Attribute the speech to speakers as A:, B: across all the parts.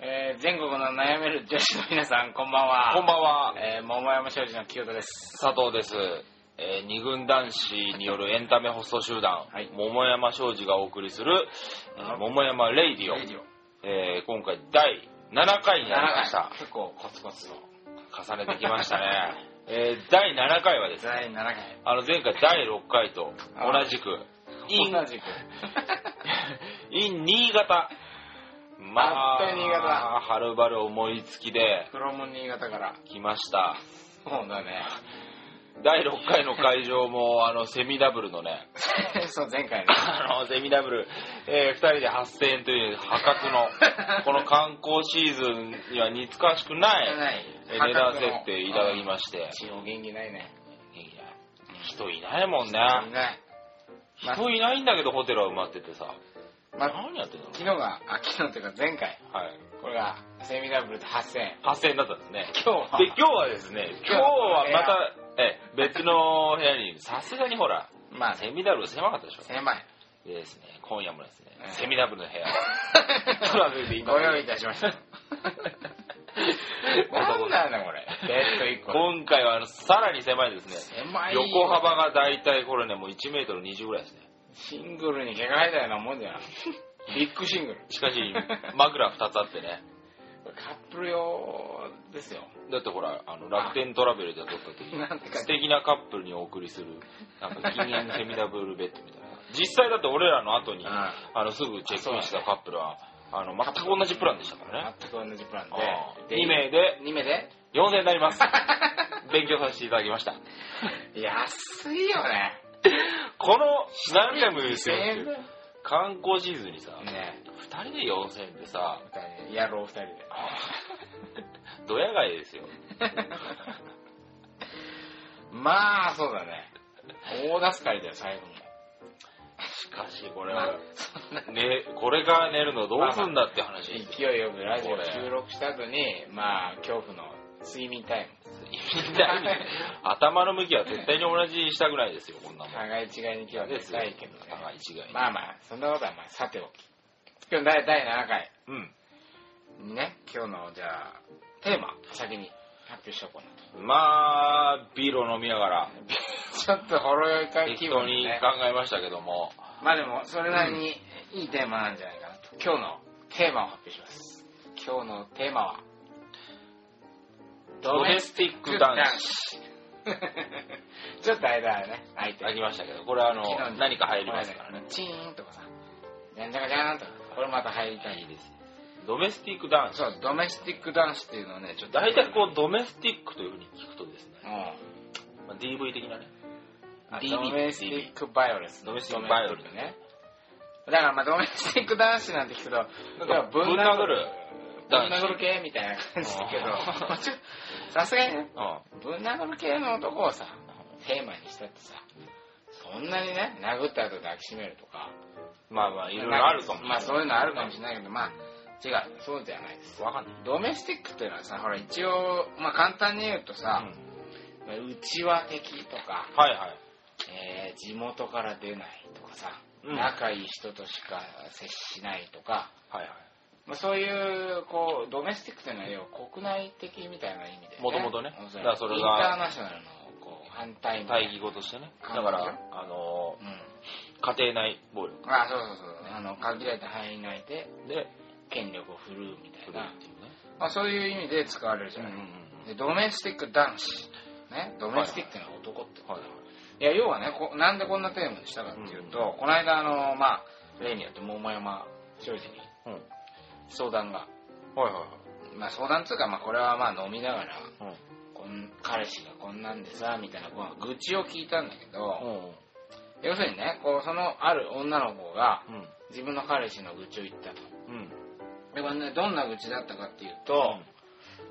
A: えー全国の悩める女子の皆さんこんばんは
B: こんばんは、
A: えー桃山商事の清田です
B: 佐藤です。えー二軍男子によるエンタメ放送集団、
A: はい
B: 桃山商事がお送りする、えー桃山レイディオ、
A: レディオ
B: えー今回第7回になりました。
A: 結構コツコツの
B: 重ねてきました ね。えー第7回はですね、
A: 第7回
B: あの前回第6回と同じく、in
A: 同じ く
B: in 新潟。まあ、
A: あった新潟
B: はるばる思いつきで
A: フロム新潟から
B: 来ました。
A: そうだね
B: 第6回の会場も、あの、セミダブルのね、
A: そう前回ね
B: あのセミダブル、えー、2人で8000円という破格 のこの観光シーズンには似つかわしくない
A: ない
B: えー値段設定いただきまして、
A: 一応元気ないね
B: いや人いないもんね
A: いないまあ
B: 人いないんだけどホテルは埋まっててさ、
A: まあ
B: 何やってんの、
A: 昨日があ昨日というか前回
B: はい、
A: これがセミダブルで8000円
B: 8000円だったんですね
A: 今日は
B: で今日はですね今日はまた、えー別の部屋にさすがにほら
A: まあ
B: セミダブル狭かったでしょ
A: 狭 い
B: でですね今夜もですね
A: うん
B: セミダブルの 部屋 トラブルで今
A: ご用意いたしま したなんなんだこれベッド1個
B: 今回はあのさらに狭いですね
A: 狭いよ
B: 横幅が大体これねもう1メートル20ぐらいですね
A: シングルに毛が生えたようなもんじゃんビッグシングル
B: しかし 枕2つあってね
A: カップル用ですよ
B: だってほらあの楽天トラベルで撮った時
A: なんて書いてある
B: 素敵なカップルにお送りするなんか禁煙セミダブルベッド みたいな実際だって俺らの後に
A: うん
B: あのすぐチェックインしたカップルはあの全く同じプランでしたからね
A: 全く同じプラン
B: あー
A: で
B: 2名で
A: 2名で
B: 4000円になります 勉強させていただきました
A: 安いよね
B: こ の何回も言うてるんですけ
A: 1000
B: ど観光シーズンにさ、
A: ね
B: 2人で4000円ってさ
A: やろう2人で
B: ドヤ街ですよ
A: まあそうだね大助かりだよ最後も
B: しかしこれ
A: まあ
B: は、ね、これから寝るのどうすんだって話ですよ
A: 勢いよくラジ
B: こ
A: オ
B: れ
A: 収録した後にまあ恐怖の睡眠タイム
B: みたいに頭の向きは絶対に同じにしたくないですよこんなもん
A: 互い違いに今日は
B: です
A: 出たいけどね
B: 互い違いに
A: まあまあそんなことはまあさておき今日第第7回
B: う
A: にね今日のじゃあテーマ先に発表しようかなと
B: んまあビールを飲みながら
A: ちょっとほろ酔いか
B: 適
A: 気
B: 当
A: 分
B: に
A: ね
B: 考えましたけども
A: まあでもそれなりにいいテーマなんじゃないかなと今日のテーマを発表します今日のテーマは
B: ドメスティック男子
A: 子 ちょっと間ね空いて
B: ありましたけどこれはあの
A: 昨日に
B: 何か入りますから
A: これ
B: ね
A: ねチーンとかさじゃんじゃかじゃんとかこれまた入りたいです
B: ドメスティック男子
A: そうドメスティック男子っていうのをねちょっと
B: 大体こうドメスティックというふうに聞くとですね、
A: うん
B: まあ、DV 的なね
A: あ
B: DV
A: ドメスティックバイオレンス
B: ドメスティックバイオレンス
A: ねだからまあドメスティック男子なんて聞くと
B: なん
A: いや
B: かぶん殴る
A: ぶん
B: 男子
A: 殴る系みたいな感じだ け
B: あ
A: どちょっとさすがにね
B: うん
A: ぶん殴る系の男をさテーマにしたってさそんなにね殴った後抱きしめるとか
B: まあまあいろいろあるかもし
A: ま
B: れな
A: あ
B: い
A: そういうのあるかもしれないけどまあ違うそうじゃないです
B: わかんない
A: ドメスティックっていうのはさほら一応まあ簡単に言うとさ、まあ内輪的とか
B: はいはい
A: えー地元から出ないとかさ、
B: うん
A: 仲いい人としか接しないとか、
B: はいは
A: まあ、そういうこうドメスティックというのは要は国内的みたいな意味で、
B: もともとね
A: うん
B: だからそれが
A: インターナショナルのこう反対
B: い
A: みたい
B: 対
A: な
B: 義語としてねだ
A: あ
B: からあのー家庭内暴力
A: うん、あそうそうそうあの限られた範囲内で
B: で
A: 権力を振るうみた
B: 振
A: い
B: る
A: な
B: っ、ていうね
A: まあ、そういう意味で使われるじゃない、でドメスティック男子ね、ドメスティックな男って、
B: はいはい
A: いや要はねこなんでこんなテーマにしたかっていうと、この間あのまあ例によって桃山商事に
B: うん
A: 相談が、
B: はいは
A: まあ、相談つうか、まあ、これはまあ飲みながら
B: いはい
A: こん彼氏がこんなんでさみたいなこう愚痴を聞いたんだけど、
B: うん
A: 要するにねこうそのある女の子が
B: うん
A: 自分の彼氏の愚痴を言ったと
B: うん
A: でこれねどんな愚痴だったかっていうと、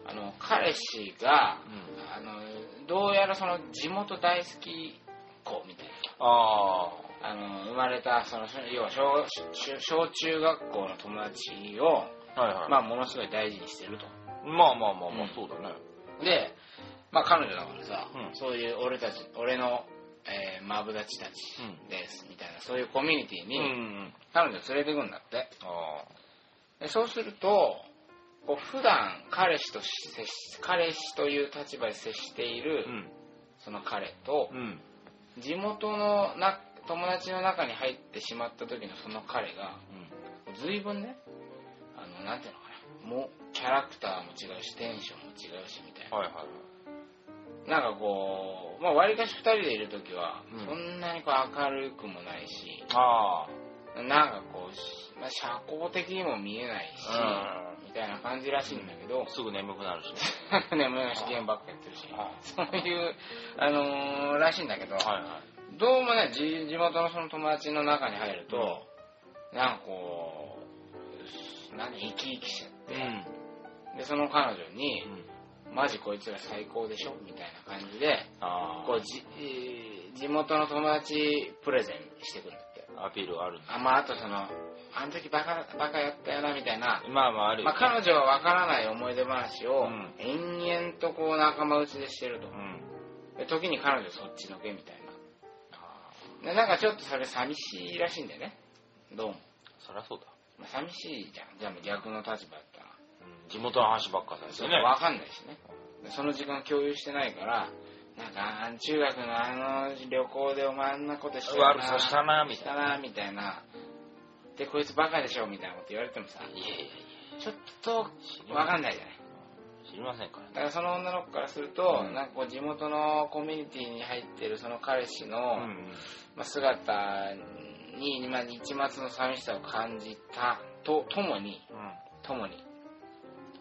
A: あの彼氏が、
B: ん
A: あのどうやらその地元大好き子みたいな
B: あ
A: あの生まれたその要は小小小中学校の友達を、
B: あはいはい
A: まあ、ものすごい大事にしてると
B: まあまあまあま
A: う
B: あ
A: ん
B: そうだね
A: で、まあ、彼女だからさ、
B: うん
A: そういう俺たち俺の、えーマブダチたちです、みたいなそういうコミュニティ
B: う
A: に
B: ん
A: 彼女連れてくんだって、
B: あ
A: でそうするとこう普段彼氏とし接し彼氏という立場で接している
B: うん
A: その彼と
B: うん
A: 地元のな友達の中に入ってしまった時のその彼が随分ねあのなんていうのかなもうキャラクターも違うしテンションも違うしみたいな
B: はいはいはい
A: なんかこうまあ割かし2人でいる時は
B: うん
A: そんなにこう明るくもないし
B: あ
A: なんかこうし、まあ、社交的にも見えないし
B: あ
A: みたいな感じらしいんだけど
B: うんすぐ眠くなるしね
A: ね、無駄しゲームばっかやってるし、
B: は
A: そういう、あのーらしいんだけど、
B: はいはい
A: どうもね、地地元のその友達の中に入ると、なんかこう、なんか生き生きしちゃって、で、その彼女に、
B: うん
A: マジこいつら最高でしょみたいな感じで、
B: あ
A: こうじ、えー地元の友達プレゼンしてくるんだって。
B: あアピールある
A: あ、まあ、あとその、あの時バカ、バカやったよな、みたいな、
B: まあまあある
A: まあ、彼女は分からない思い出話を
B: うん
A: 延々とこう仲間内でしてると
B: うん
A: で時に彼女そっちのけみたいなでなんかちょっとそれ寂しいらしいんだよねどうも、
B: そりゃそうだ
A: まあ、寂しいじゃんじゃあもう逆の立場だったら
B: うん地元の話ばっかされて
A: そう
B: ね
A: 分かんないしねでその時間共有してないからなんかあの中学のあの旅行でお前あんなことしたよな
B: 悪さしたなみ
A: したた
B: い
A: なみたいなでこいつバカでしょみたいなこと言われてもさ
B: ないやいやいや
A: ちょっと分かんないじゃない
B: 知りませんから
A: だ
B: ね
A: からその女の子からすると、
B: うん
A: なんかこう地元のコミュニティに入ってるその彼氏の、
B: うん
A: まあ、姿に、まあ、一抹の寂しさを感じたとともに
B: うん
A: ともに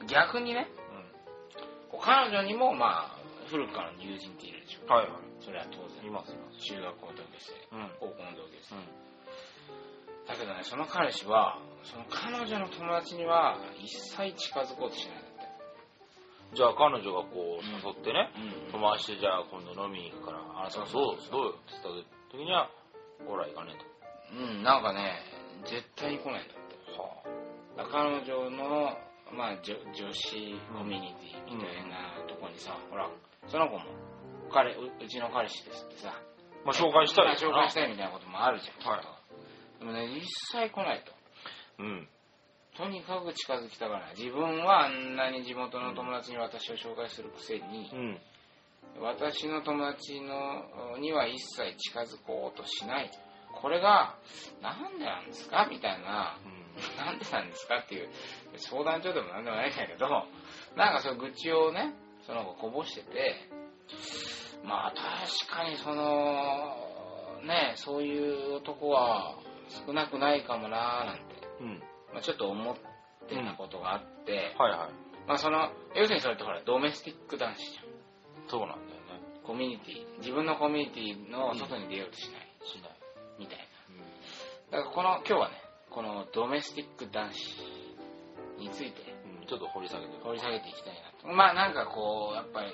A: 逆にね
B: う
A: こう彼女にもまあ古くからの友人っているでしょ
B: んはいは
A: それは当
B: い
A: 然
B: いますいます
A: 中学校の同級生
B: うんうん
A: 高校の同級生だけどねその彼氏はその彼女の友達には一切近づこうとしないんだって
B: じゃあ彼女がこ
A: う
B: う
A: ん
B: 誘ってね、友達でじゃあ今度飲みに行くからあなたはどうどうよって言った時にはほら行かね
A: うん、なんかね絶対に来ないんだって
B: えと
A: だ
B: は
A: から彼女の、まあ、女女子コミュニティみたいなとこにさ、ほらその子も彼ううちの彼氏ですってさ
B: あまあ紹介した
A: まあ
B: ら
A: 紹介したいみたいなこともあるじゃん、
B: はい
A: でもね一切来ないと
B: うん
A: とにかく近づきたがらない自分はあんなに地元の友達に私を紹介するくせに
B: う、ん
A: 私の友達のには一切近づこうとしないこれがなんでなんですかみたいななんでなんですかっていう相談所でもなんでもないんだけどなんかその愚痴をねその子こぼしててまあ確かにそのねそういう男は少なくないかもなーなんて、
B: うんうん
A: まあ、ちょっと思ってたことがあって、
B: はいはい
A: まあその要するにそれってほらドメスティック男子じゃ
B: そうなんだよね
A: んコミュニティ自分のコミュニティの外に出ようとしない
B: しない
A: みたいなだからこの今日はねこのドメスティック男子について
B: うん、うん、ちょっと掘り下げて
A: 掘り下げていきたいなとまあなんかこうやっぱり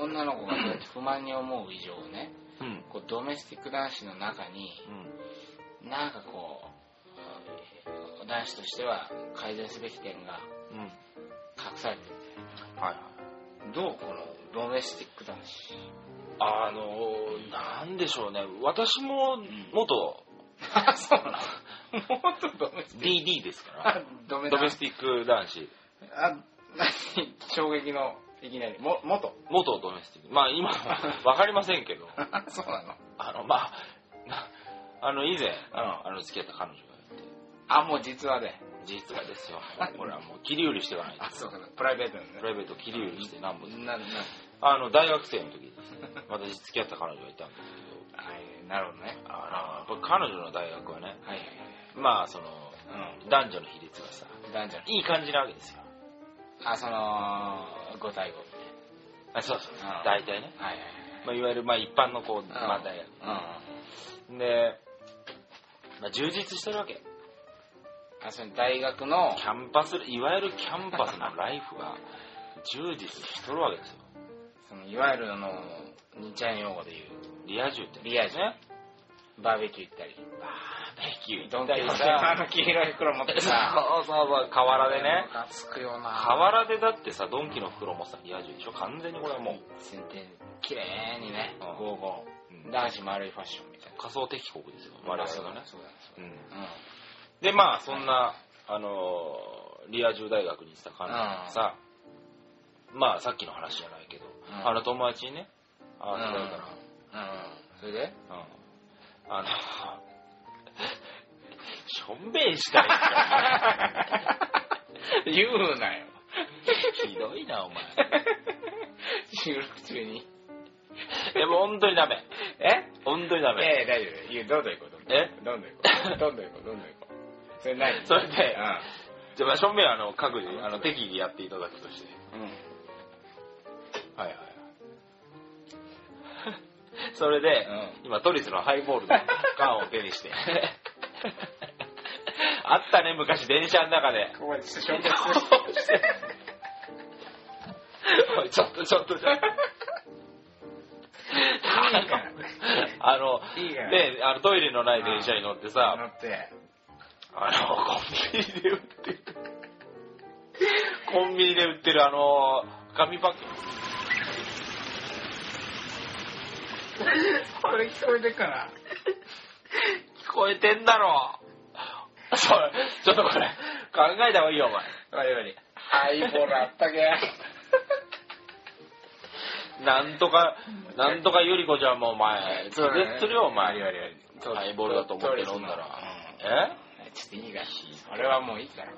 A: 女の子がそうやって不満に思う以上ね
B: うんうん
A: こうドメスティック男子の中になんかこう男子としては改善すべき点が
B: うん
A: 隠されてる
B: はいはい
A: みたいなどうこのドメスティック男子
B: あのー、なんでしょうね私も元
A: あそうなのもっとドメス
B: DD ですか
A: ティ
B: ら
A: ックドメ
B: ドメスティック男子
A: あ何衝撃のいきなりも元
B: 元ドメスティックまあ 今はわかりませんけど
A: あそうなの
B: あのまあなあの以前
A: ん
B: あの付き合った彼女がいて
A: あもう実話で
B: 事実がですよこれはもう切り売りしていかないと
A: あそうかプライベートの
B: プライベート切り売りしてなんぼです
A: ねなな
B: あの大学生の時にですね私付き合った彼女がいたんですけど
A: はいなるほどね
B: あのやっぱ彼女の大学はね
A: はいはい
B: まあその
A: はい
B: 男女の比率がさ
A: うん男女の
B: いい感じなわけですよ
A: あその5対5み
B: あそうそうそう
A: あー
B: 大体
A: た
B: ね、
A: いなはいはい
B: まあ、いわゆるまあ一般のこう、
A: はい
B: まあ、大学
A: うん
B: で、まあ、充実してるわけ
A: あその大学の
B: キャンパスいわゆるキャンパスの ライフが充実しとるわけですよ
A: そのいわゆるあの兄ちゃん用語で言う
B: リア充って
A: リア充
B: ね
A: バーベキュー行ったり
B: バーベキュー
A: ドン
B: 行っ
A: キ
B: た
A: 行
B: り
A: っ
B: さ
A: たりあの黄色い袋持ってさ
B: そうそうそう河原でね
A: ムカつくよな
B: 河原でだってさドンキの袋もさリア充でしょ完全にこれはもう、
A: 先手綺麗にね
B: うん
A: ゴーゴ
B: う
A: ー
B: ん
A: 男子丸いファッションみたいな
B: 仮想敵国ですよ我々がね
A: そうだねそうだね
B: うん
A: うん
B: でまあそんな、あのーリア充大学に行ってた彼女がさ、まあさっきの話じゃないけど、
A: ん
B: あの友達にね、
A: う
B: あ
A: ん
B: 嫌いだな、
A: それ で
B: うんあの、 しょんべんしたいから。
A: 言うなよ
B: ひどいな、お前。
A: 収録中に
B: でも本当にダメ。
A: え
B: 本当にダメ。
A: ええ大丈夫言うどんどん行こうどんどん
B: え
A: どんどん行こうどんどん行こうどんどん行こうそれ何
B: それで
A: う
B: じゃあまあ、しょんべんはあの、各自、あの、適宜やっていただくとして。
A: んうん
B: はい はいはい。それで、
A: う
B: 今トリスのハイボールの缶を手にして。 あったね、昔電車の 中で。
A: ここでちょっと消滅
B: おいちょっとちょっとちょっと。
A: いいから
B: あの、
A: いいから
B: ね、あのトイレのない電車に乗って
A: 乗
B: さ、
A: って
B: あの、コンビニで売ってる、コンビニで売ってるあの、紙パック。
A: これ聞こえてっかな
B: 聞こえてんだろそれちょっとこれ考えた方がいいよお前
A: 我々ハイボールあったけ
B: なんとかなんとかゆり子ちゃんもお前気
A: そうだね
B: 絶するよお前
A: ありありあり
B: ハイボールだと思って飲んだら
A: う
B: え
A: ちょっといいからそれはもういいから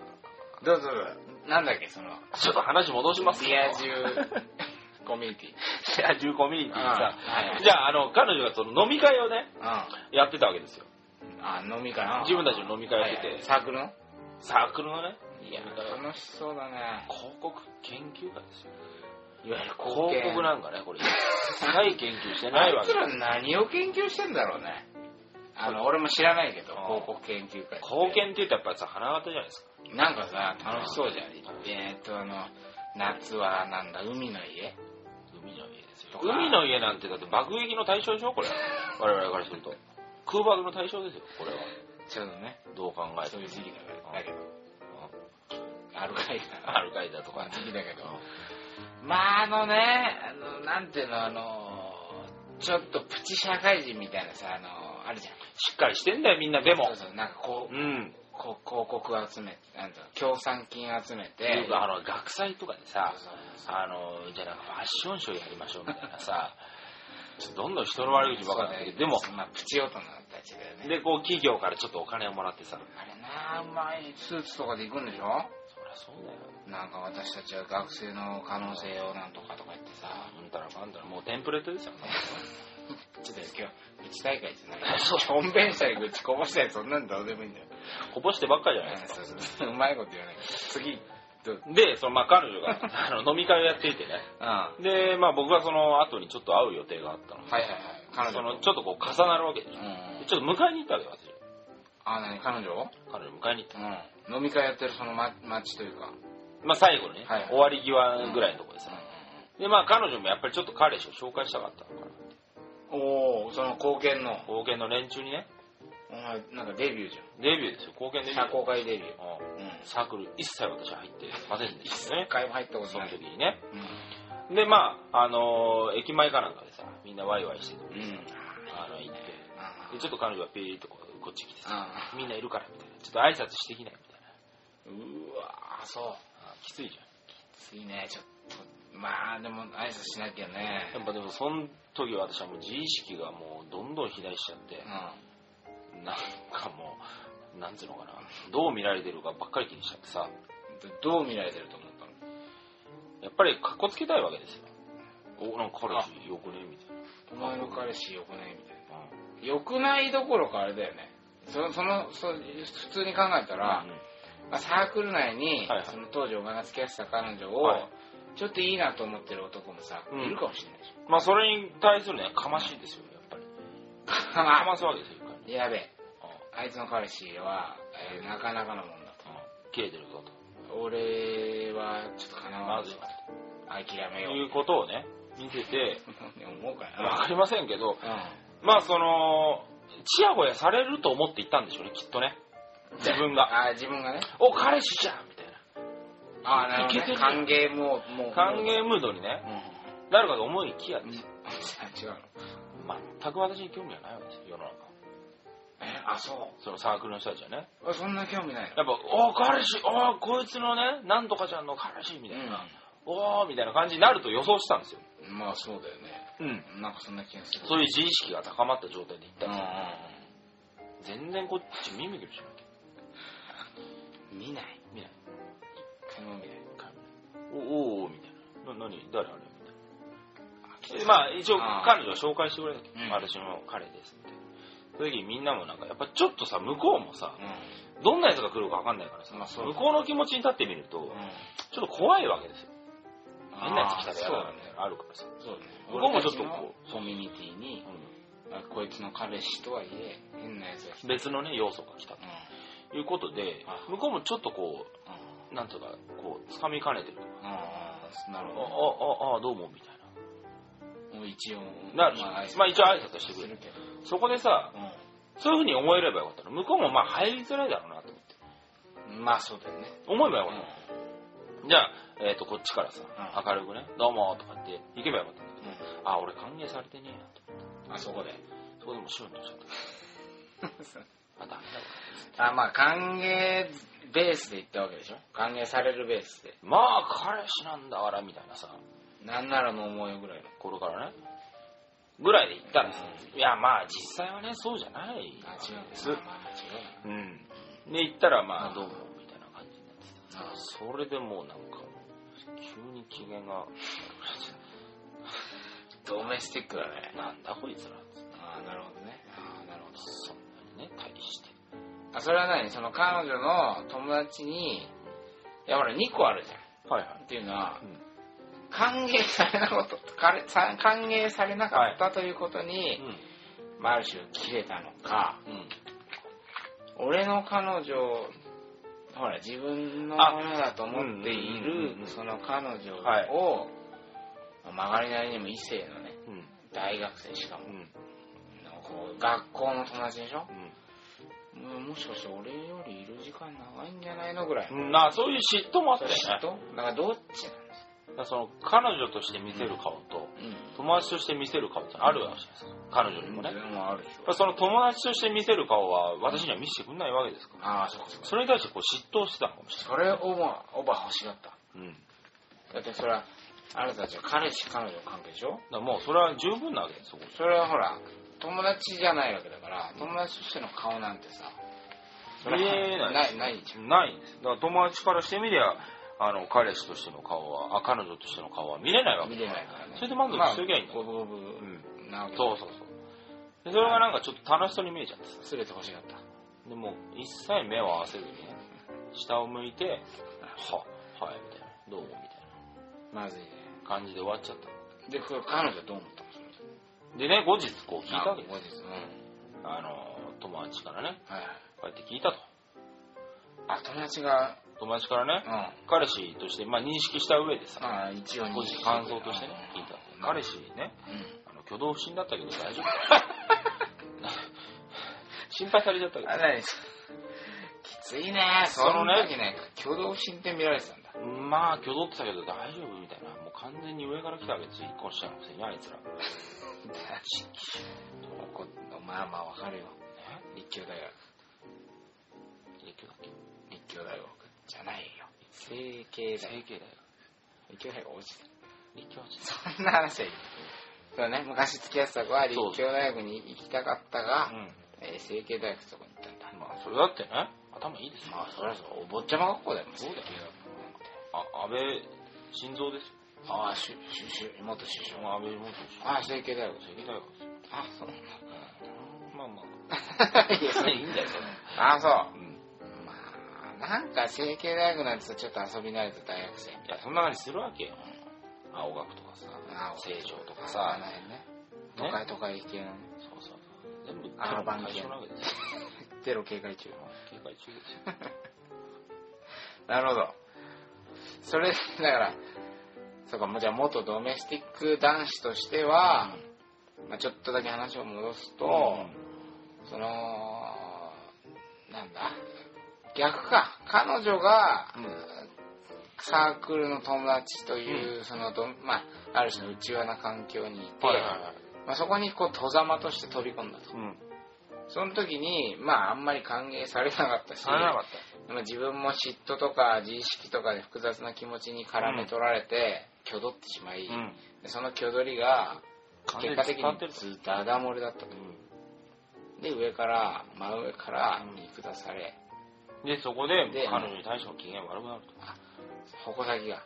A: どうぞどうぞなんだっけその
B: ちょっと話戻します
A: リア充コミュニティ
B: リア充コミュニティさ
A: うんはいはい
B: じゃああの彼女がその飲み会をね
A: う
B: やってたわけですよ
A: んあ飲みかな
B: 自分たちの飲み会をやって
A: はいはい
B: て
A: サークルの
B: サークルのね
A: いや
B: 飲み会を
A: 楽しそうだね
B: 広告研究会ですよいわゆる
A: 貢献
B: 広告なんかねこれ一切研究して
A: あ
B: ないわ
A: い
B: け
A: つら何を研究してんだろうねあの俺も知らないけど
B: あー
A: 広告研究会って
B: 貢献って言ったらやっぱさ花形じゃないですか
A: なんかさ楽しそうじゃんえーっとあの夏はなんだ海の家
B: 海の家ですよ
A: とか
B: 海の家なんてだって爆撃の対象でしょこれ我々からすると空爆の対象ですよこれは
A: ちょうどね
B: どう考えて
A: そうい
B: も
A: う時期だからだけど
B: うん
A: あるかいな
B: アルカイダとか
A: 時期だけどまああのねあのなんていうのあのちょっとプチ社会人みたいなさあのあるじゃん
B: しっかりしてんだよみんなでも
A: そうそうなんかこう
B: うん
A: こ広告集めなんていうの協賛金集めて
B: よくあの学祭とかでさ
A: そうそうそう
B: あのじゃあなんかファッションショーやりましょうみたいなさちょっとどんどん人の悪口ばっかりだけどでも
A: まあ、プチ大人たちだよね
B: でこう企業からちょっとお金をもらってさ
A: あれなあうまいスーツとかで行くんでしょ
B: そりゃそうだよ
A: なんか私たちは学生の可能性をなんとかとか言ってさ
B: あんたらかんたらもうテンプレートですよ
A: ちょっと今日愚痴大会じゃないそうしょんべんしたり愚痴こぼしたりそんなんどうでもいいんだよ
B: こぼしてばっかりじゃないですか
A: そうそううまいこと言わない次どう
B: でそのまあ彼女が あの飲み会をやっていてね
A: あ
B: で、まあ、僕はその後にちょっと会う予定があったの
A: あ
B: で、
A: はいはいはい彼女
B: そのちょっとこう重なるわけでし
A: う
B: ょ、
A: ん
B: でちょっと迎えに行ったわけよ私
A: あ何彼女を
B: 彼女迎えに行っ
A: うん飲み会やってるそのま街というか
B: た、まあ、最後にね、
A: はいはい
B: 終わり際ぐらいのところで
A: う
B: さ、
A: ん
B: でまあ彼女もやっぱりちょっと彼氏を紹介したかったのかな
A: おおその貢献の
B: 貢献の連中にね
A: お前なんかデビューじ
B: デビューですよ貢献デビュ
A: ゃん社
B: ー
A: 交界デビュー
B: うん
A: うん
B: サークル一切私入ってませんでしたね
A: 一回も入ったこと
B: そ
A: な
B: の
A: い
B: 時。にね
A: うん。
B: でまああのー駅前かなんかでさみんなワイワイしてて
A: うん。
B: あの行って
A: あ
B: でちょっと彼女がピリッとこうこっち来てさ
A: あ
B: みんないるからみたいなちょっと挨拶してきないみたいな
A: うーわー、そう。
B: あきついじ
A: ついね、ちょっと。まあ、でも挨拶しなきゃね
B: ゃん。やっぱでもその時は私はもう自意識がもうどんどん肥大しちゃって
A: うん。
B: なんかもうなんつうのかなどう見られてるかばっかり気にしちゃってさ
A: どどう見られてると思ったの
B: やっぱりかっこつけたいわけですよおなんか彼氏よくねみたい
A: お前の彼氏よくないみたい
B: な
A: な。よくないどころかあれだよね。そそのそう普通に考えたら、
B: う
A: まあ、サークル内に、
B: はいはい
A: その当時お前が付き合ってた彼女を、
B: はい
A: ちょっといいなと思ってる男もさ、
B: うん
A: いるかもしれないでし
B: んまあそれに対するねかましいですよやっぱり
A: ょ。
B: かますわけですよ一 回
A: やべえ、
B: あ
A: あいつの彼氏は、えーなかなかのもんだと。
B: あ切れてるぞと
A: 俺はちょっとかなわ
B: ま
A: ず
B: ずいわ
A: 諦め
B: と
A: よ
B: いうことをね見てて
A: う 思うか
B: わ
A: な
B: かりませんけど
A: う
B: まあそのちやほやされると思って行ったんでしょうねきっとね
A: ん
B: 自分が
A: あ自分がね
B: お彼氏じゃんみたいな
A: あなるほど、
B: いけ
A: ね、
B: てる
A: 歓迎もうもう
B: 歓
A: も
B: 迎ムードに
A: う
B: ね
A: う
B: なるかと思いきや
A: ん、
B: ですよ
A: 違うの
B: 全く私に興味がないわけですよ世の中
A: えあそ
B: そのサークルの人たちはね。
A: うあそんな興味ない
B: やっぱ、おー、彼氏、おー、こいつのね、なんとかちゃんの彼氏みたいな、
A: の
B: おー、みたいな感じになると予想したんですよ。
A: うんまあそうだよね
B: うん。
A: なんかそんな気がする
B: そういう自意識が高まった状態で行った
A: うんん
B: で
A: う
B: すよ、
A: ん
B: 全然こっち見向きもしない。
A: うん見ない
B: 見ない。
A: 一回も見ない
B: おおー、みたいな。な、何誰あれみたいな。
A: あ来てる
B: まあ一応
A: あー
B: 彼女は紹介してくれたけど、
A: うん
B: 私の彼ですってそういう時にみんなもなんかやっぱちょっとさ向こうもさ
A: う
B: どんなやつが来るか分かんないからさ、
A: まあそう
B: 向こうの気持ちに立ってみると、
A: んうん
B: ちょっと怖いわけですよ変
A: 変
B: なやつ来たら
A: そ
B: 嫌
A: う
B: だ
A: だ
B: な
A: ね
B: みたいなのあるからさ、
A: そうだね
B: 僕もちょっとこう
A: 俺たちのコミュニティにまあこいつの彼氏とはいえ変なやつが来
B: う
A: た
B: ん別のね要素が来た
A: うん
B: ということで
A: あ
B: 向こうもちょっとこ
A: うん
B: うなんとかこう掴みかねてるとか
A: ああなる
B: あ
A: ほど
B: あああどうもみたいな
A: もう一応
B: なるまあ一応挨拶はしてくれ
A: るけど
B: そこでさそういうふうに思えればよかったの向こうもまあ入りづらいだろうなと思って
A: うんまあそうだよね
B: 思えばよ
A: う
B: か
A: ん
B: ったのじゃあ、えっとこっちからさ、
A: うん
B: 明るくね「どうも」とかって行けばよかったんだけ
A: う
B: どあ俺歓迎されてねえなと
A: んあそこで
B: そこでもうシュンとしちゃったあダメだ わ
A: あまあ歓迎ベースで行ったわけでしょ歓迎されるベースで
B: まあ彼氏なんだからみたいなさ
A: なんならの思いぐらいの
B: 頃からねぐらいで行ったんですよ
A: う
B: いやまあ実際はねそうじゃない
A: あ違うん
B: で
A: です
B: す
A: まあまあ違う
B: うんで行ったら
A: う
B: まあ
A: ん
B: どうもみたいな感じになってたん
A: うん
B: ですけどそれでもうなんか急に機嫌が
A: ドメスティックだね
B: なんだこいつら
A: ああなるほどねああなるほど
B: そんなにね大して
A: あそれは何その彼女の友達にいやほら2個あるじゃん
B: はいはい
A: っていうのは、
B: うん
A: 歓迎されなかった彼さ歓迎されなかったということに、まあ、ある種切れたのか
B: うんうん
A: 俺の彼女をほら自分のも
B: あ
A: のだと思ってい
B: うんうんうんう
A: る
B: ん
A: その彼女を、
B: はい
A: 曲がりなりにも異性のね
B: うん
A: 大学生しかも
B: うん
A: こう学校の友達でしょ
B: うん
A: もうもしかして俺よりいる時間長いんじゃないのぐらいの、
B: なそういう嫉妬もあったよね
A: 嫉妬だからどっちなんです
B: だからその彼女として見せる顔と、友達として見せる顔ってあるわけじゃないですか彼女にもね、
A: 自
B: だか
A: 分もあるでし
B: ら
A: ょ
B: その友達として見せる顔は私には見せてくんないわけですから、
A: ああそうかそうか
B: それに対してこう嫉妬してたのかもし
A: それをまあオバ欲しがった
B: れない、うん、だ
A: だってそれはあなたたちは彼氏彼女の関係でしょ
B: からもうそれは十分なわけですそこ
A: それはほら友達じゃないわけだから友達としての顔なんてさそれは
B: 見えない
A: ないないじゃん
B: ないんですだから友達からしてみりゃあの彼氏としての顔はあ彼女としての顔は見れないわけ
A: 見れないからね
B: それで満足しときゃいいんだ
A: まあ五分
B: う
A: 五分なわけ
B: そうそうそうでそれがなんかちょっと楽しそうに見えちゃってさ
A: すべて欲しがった
B: でもう一切目を合わせずにね下を向いてははいみたいなどうもみたい
A: まずいね
B: な感じで終わっちゃった
A: でこれ彼女どう思ったの
B: でね後日こう聞いたわけです
A: 後日うん
B: あの友達からね
A: はい
B: こうやって聞いたと
A: あ友達が
B: 友達から
A: う
B: ね
A: んあ
B: 彼氏として、まあ、認識した上でさ
A: あ一応
B: 後日感想としてね聞いた彼
A: 氏
B: 氏ね
A: うん
B: あの挙動不審だったけど大丈夫 心配されちゃったけ
A: あ何きついねそ
B: その
A: の
B: ね
A: 時ね共同不審って見られてたんだ
B: どまあ挙動ってたけど大丈夫みたいなもう完全に上から来たわけですよ一個下のくせにあいつら
A: 怒っまあまあわかるよ立教大学
B: 立教だっけ
A: 立教大学じゃないよ成形大
B: 整
A: 学
B: 形だよ
A: 立教大学落ちた
B: 立教地
A: そんな話はいいそうね昔付き合ってた子は立教大学に行きたかったが、えー成形大学ってとこに行ったんだ
B: まあそれだってね頭いいですよ
A: まあそりゃそうお坊ちゃま学校だよ
B: そうだよ
A: 成蹊大学なんて
B: あ安倍晋三ですよ
A: ああしゅしゅしゅ元首相
B: 安倍元
A: ああ成形大学
B: 首相正義大学ですよ
A: あそうなん
B: まあまあ
A: だいやそれ
B: いいんだよそれ
A: ああそう
B: うん
A: まあなんか成形大学なんてさちょっと遊び慣れた大学生
B: いやそんな感じするわけよ青学とかさ
A: あ
B: 成城とか
A: あ
B: さ
A: の辺ね都
B: ね
A: 会都会系の
B: そうそうそう全部
A: あの番
B: 対
A: 犬
B: 象なわけですよ
A: テロ警戒中
B: 警戒中ですよ
A: なるほどそれだからそうかもうじゃあ元ドメスティック男子としては、まあ、ちょっとだけ話を戻すと、そのなんだ逆か彼女が、
B: うん
A: サークルの友達という、そのど、まあ、ある種の内輪な環境にいて、
B: はいはいはい
A: まあ、そこにこう戸ざまとして飛び込んだと
B: うん
A: その時に、まあ、あんまり歓迎されなかったし、
B: されなかっ
A: まあ自分も嫉妬とか自意識とかで複雑な気持ちに絡め取られて、挙取ってしまい、
B: た。うん。
A: でその挙取りが、
B: 完全
A: 結果的
B: に伝わ
A: に
B: ってる
A: ずっとあだ漏れだったと。で、上から、真上から
B: うん
A: 見下され、
B: うんで、そこで
A: で
B: 彼女に対しての機嫌が悪くなると。
A: 矛先が、
B: いやいや、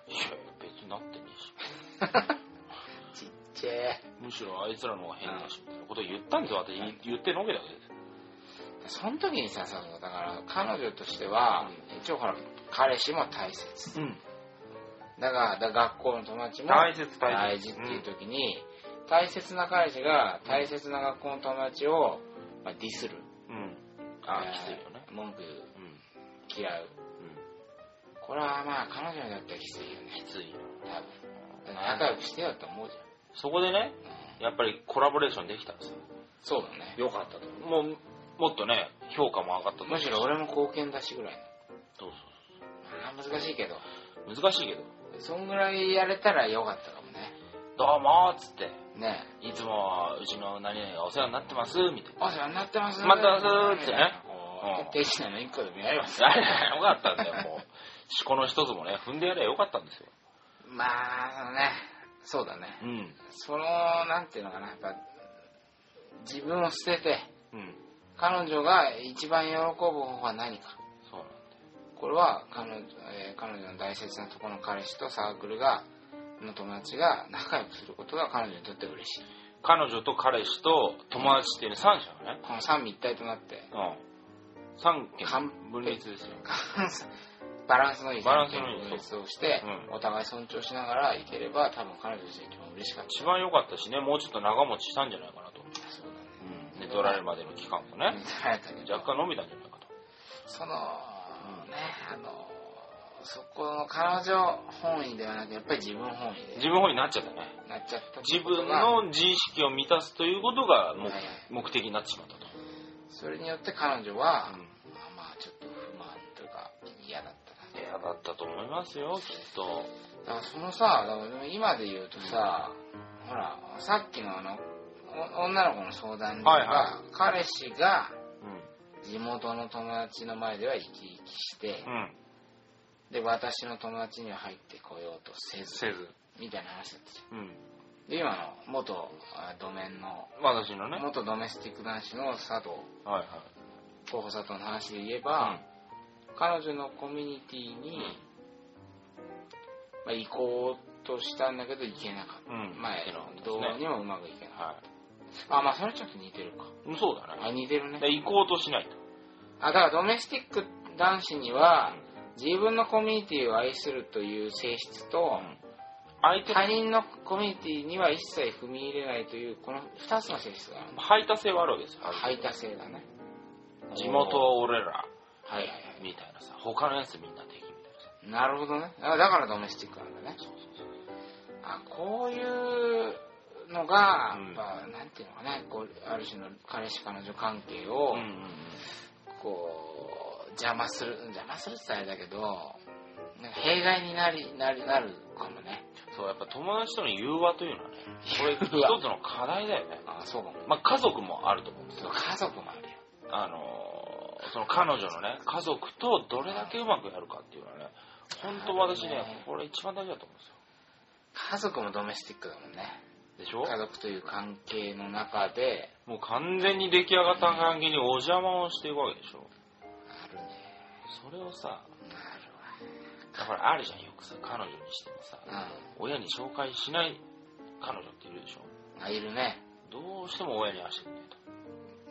B: 別になってねえし。
A: ちっちゃい。
B: むしろあいつらの方が変だし、みたいなことを言ったんですよ、私。
A: うん
B: 言ってのけたわけですよ。
A: その時にさ、そうそうだから、彼女としては、一応ほら、彼氏も大切。
B: うん。
A: だから、だから学校の友達も
B: 大切、
A: 大
B: 大
A: 事
B: 切。
A: っていう時に、大切な彼氏が大切な学校の友達を、まあ、ディスる。
B: うん。うん。あ
A: え
B: ー、
A: ー
B: きついよね。
A: 文句
B: うん。
A: 嫌う。
B: うん。
A: これはまあ、彼女にだったらきついよね。
B: きついよ。
A: 多分。仲良くしてよって思うじ
B: そこでね、
A: ゃん。うん
B: やっぱりコラボレーションできたんですよ。
A: そうだね。
B: よかったと。もう、もっとね、評価も上がったと思う
A: むしろ俺も貢献だしぐらい
B: そうそう
A: の。まあ、難しいけど、
B: そう。難しいけど。
A: そんぐらいやれたらよかったかもね。
B: どうもーっつって、
A: ねえ。
B: いつもはうちの何々がお世話になってます、みたいな。
A: お世話になってます
B: 待ってますってね。
A: こ
B: うん
A: う、手品の一個でもやります。
B: あれよかったんだよ、もう。 思考の一つもね、踏んでやればよかったんですよ。
A: まあ、そのね、そうだね。
B: うん。
A: その、なんていうのかな、やっぱ、自分を捨てて、
B: うん。
A: 彼女が一番喜ぶ方法は何か。
B: そうなんだよ。
A: これは彼女,、えー彼女の大切なところの彼氏とサークルが、の友達が仲良くすることが彼女にとって嬉しい。
B: 彼女と彼氏と友達っていうね、三者がね。
A: この三位一体となって、
B: うん。三
A: 完
B: 件分裂ですよ。
A: バランスのいい
B: バランスのいい
A: 分裂をして、
B: う
A: お互い尊重しながらいければ、多分彼女自身も嬉しかった。
B: 一番良かったしね、もうちょっと長持ちしたんじゃないかなと。
A: そうだね。
B: うん。寝取られるまでの期間もね、
A: 捉えたけど
B: 若干伸びたんじゃないかと。
A: そのねあのそこの彼女本位ではなくやっぱり自分本位で
B: 自分本位になっちゃったね。
A: なっちゃったって
B: 自
A: こと
B: 分
A: が
B: の自意識を満たすということが目,、
A: はいはい
B: 目的になってしまったと。
A: それによって彼女は、
B: うん
A: まあまあちょっと不満というか嫌だったな
B: 嫌だったと思いますよ、きっと。
A: だからそのさだからでも今で言うとさ、ほらさっきのあのお女の子の相談人が、
B: はいは
A: 彼氏が
B: うん。
A: 地元の友達の前では生き生きして、
B: うん。
A: で私の友達には入ってこようとせず
B: せず。
A: みたいな話だったじゃん
B: うん。
A: で今の元あドメンの
B: 私のね。はい
A: 元ドメスティック男子の佐藤
B: はい。
A: 候補佐藤の話で言えば、彼女のコミュニティに、
B: うん
A: まあ、行こうとしたんだけど行けなかった、
B: うん
A: まあ
B: 行けなかったです
A: ど
B: ね
A: うにもうまくいけなか
B: は
A: った、あまあそれちょっと似てるか
B: い。うんそうだ
A: あ
B: ね。
A: 似てるね
B: で行こうとしないと。
A: あだからドメスティック男子には自分のコミュニティを愛するという性質と、
B: 相手
A: 他
B: の
A: 人のコミュニティには一切踏み入れないというこの2つの性質があるんだ
B: 排他性はあるわけですよ。
A: 排他性だね
B: 地元は俺ら、
A: はいはいは
B: みたいなさ。他のやつみんな敵みたいな
A: いな
B: さ。
A: るほどねあだからドメスティックなんだね
B: そうそうそう。
A: あこういうのが、
B: うん
A: まあ、なんていうのかねこうある種の彼氏彼女関係を、
B: うんうんうん
A: こう邪魔する邪魔するって言ったらあれだけどなんか弊害になりなりなるかもね
B: そう、やっぱ友達との融和というのはね、こ れ一つ
A: 融和
B: の課題だよね。
A: あそうかも
B: まあ家族もあると思うんですよ。
A: 家族もあるよ
B: あのーその彼女のね、家族とどれだけうまくやるかっていうのはね、本当私
A: なる
B: ね
A: ほどね、
B: これ一番大事だと思うんですよ。
A: 家族もドメスティックだもんね
B: でしょ
A: 家族という関係の中で
B: もう完全に出来上がった関係にお邪魔をしていくわけでしょ
A: あるね
B: それをさ、
A: あ
B: だからあるじゃん、よくさ、彼女にしてもさ、
A: るわ
B: 親に紹介しない彼女っているでしょ
A: うんあいるね
B: どうしても親に会わせてくれないと。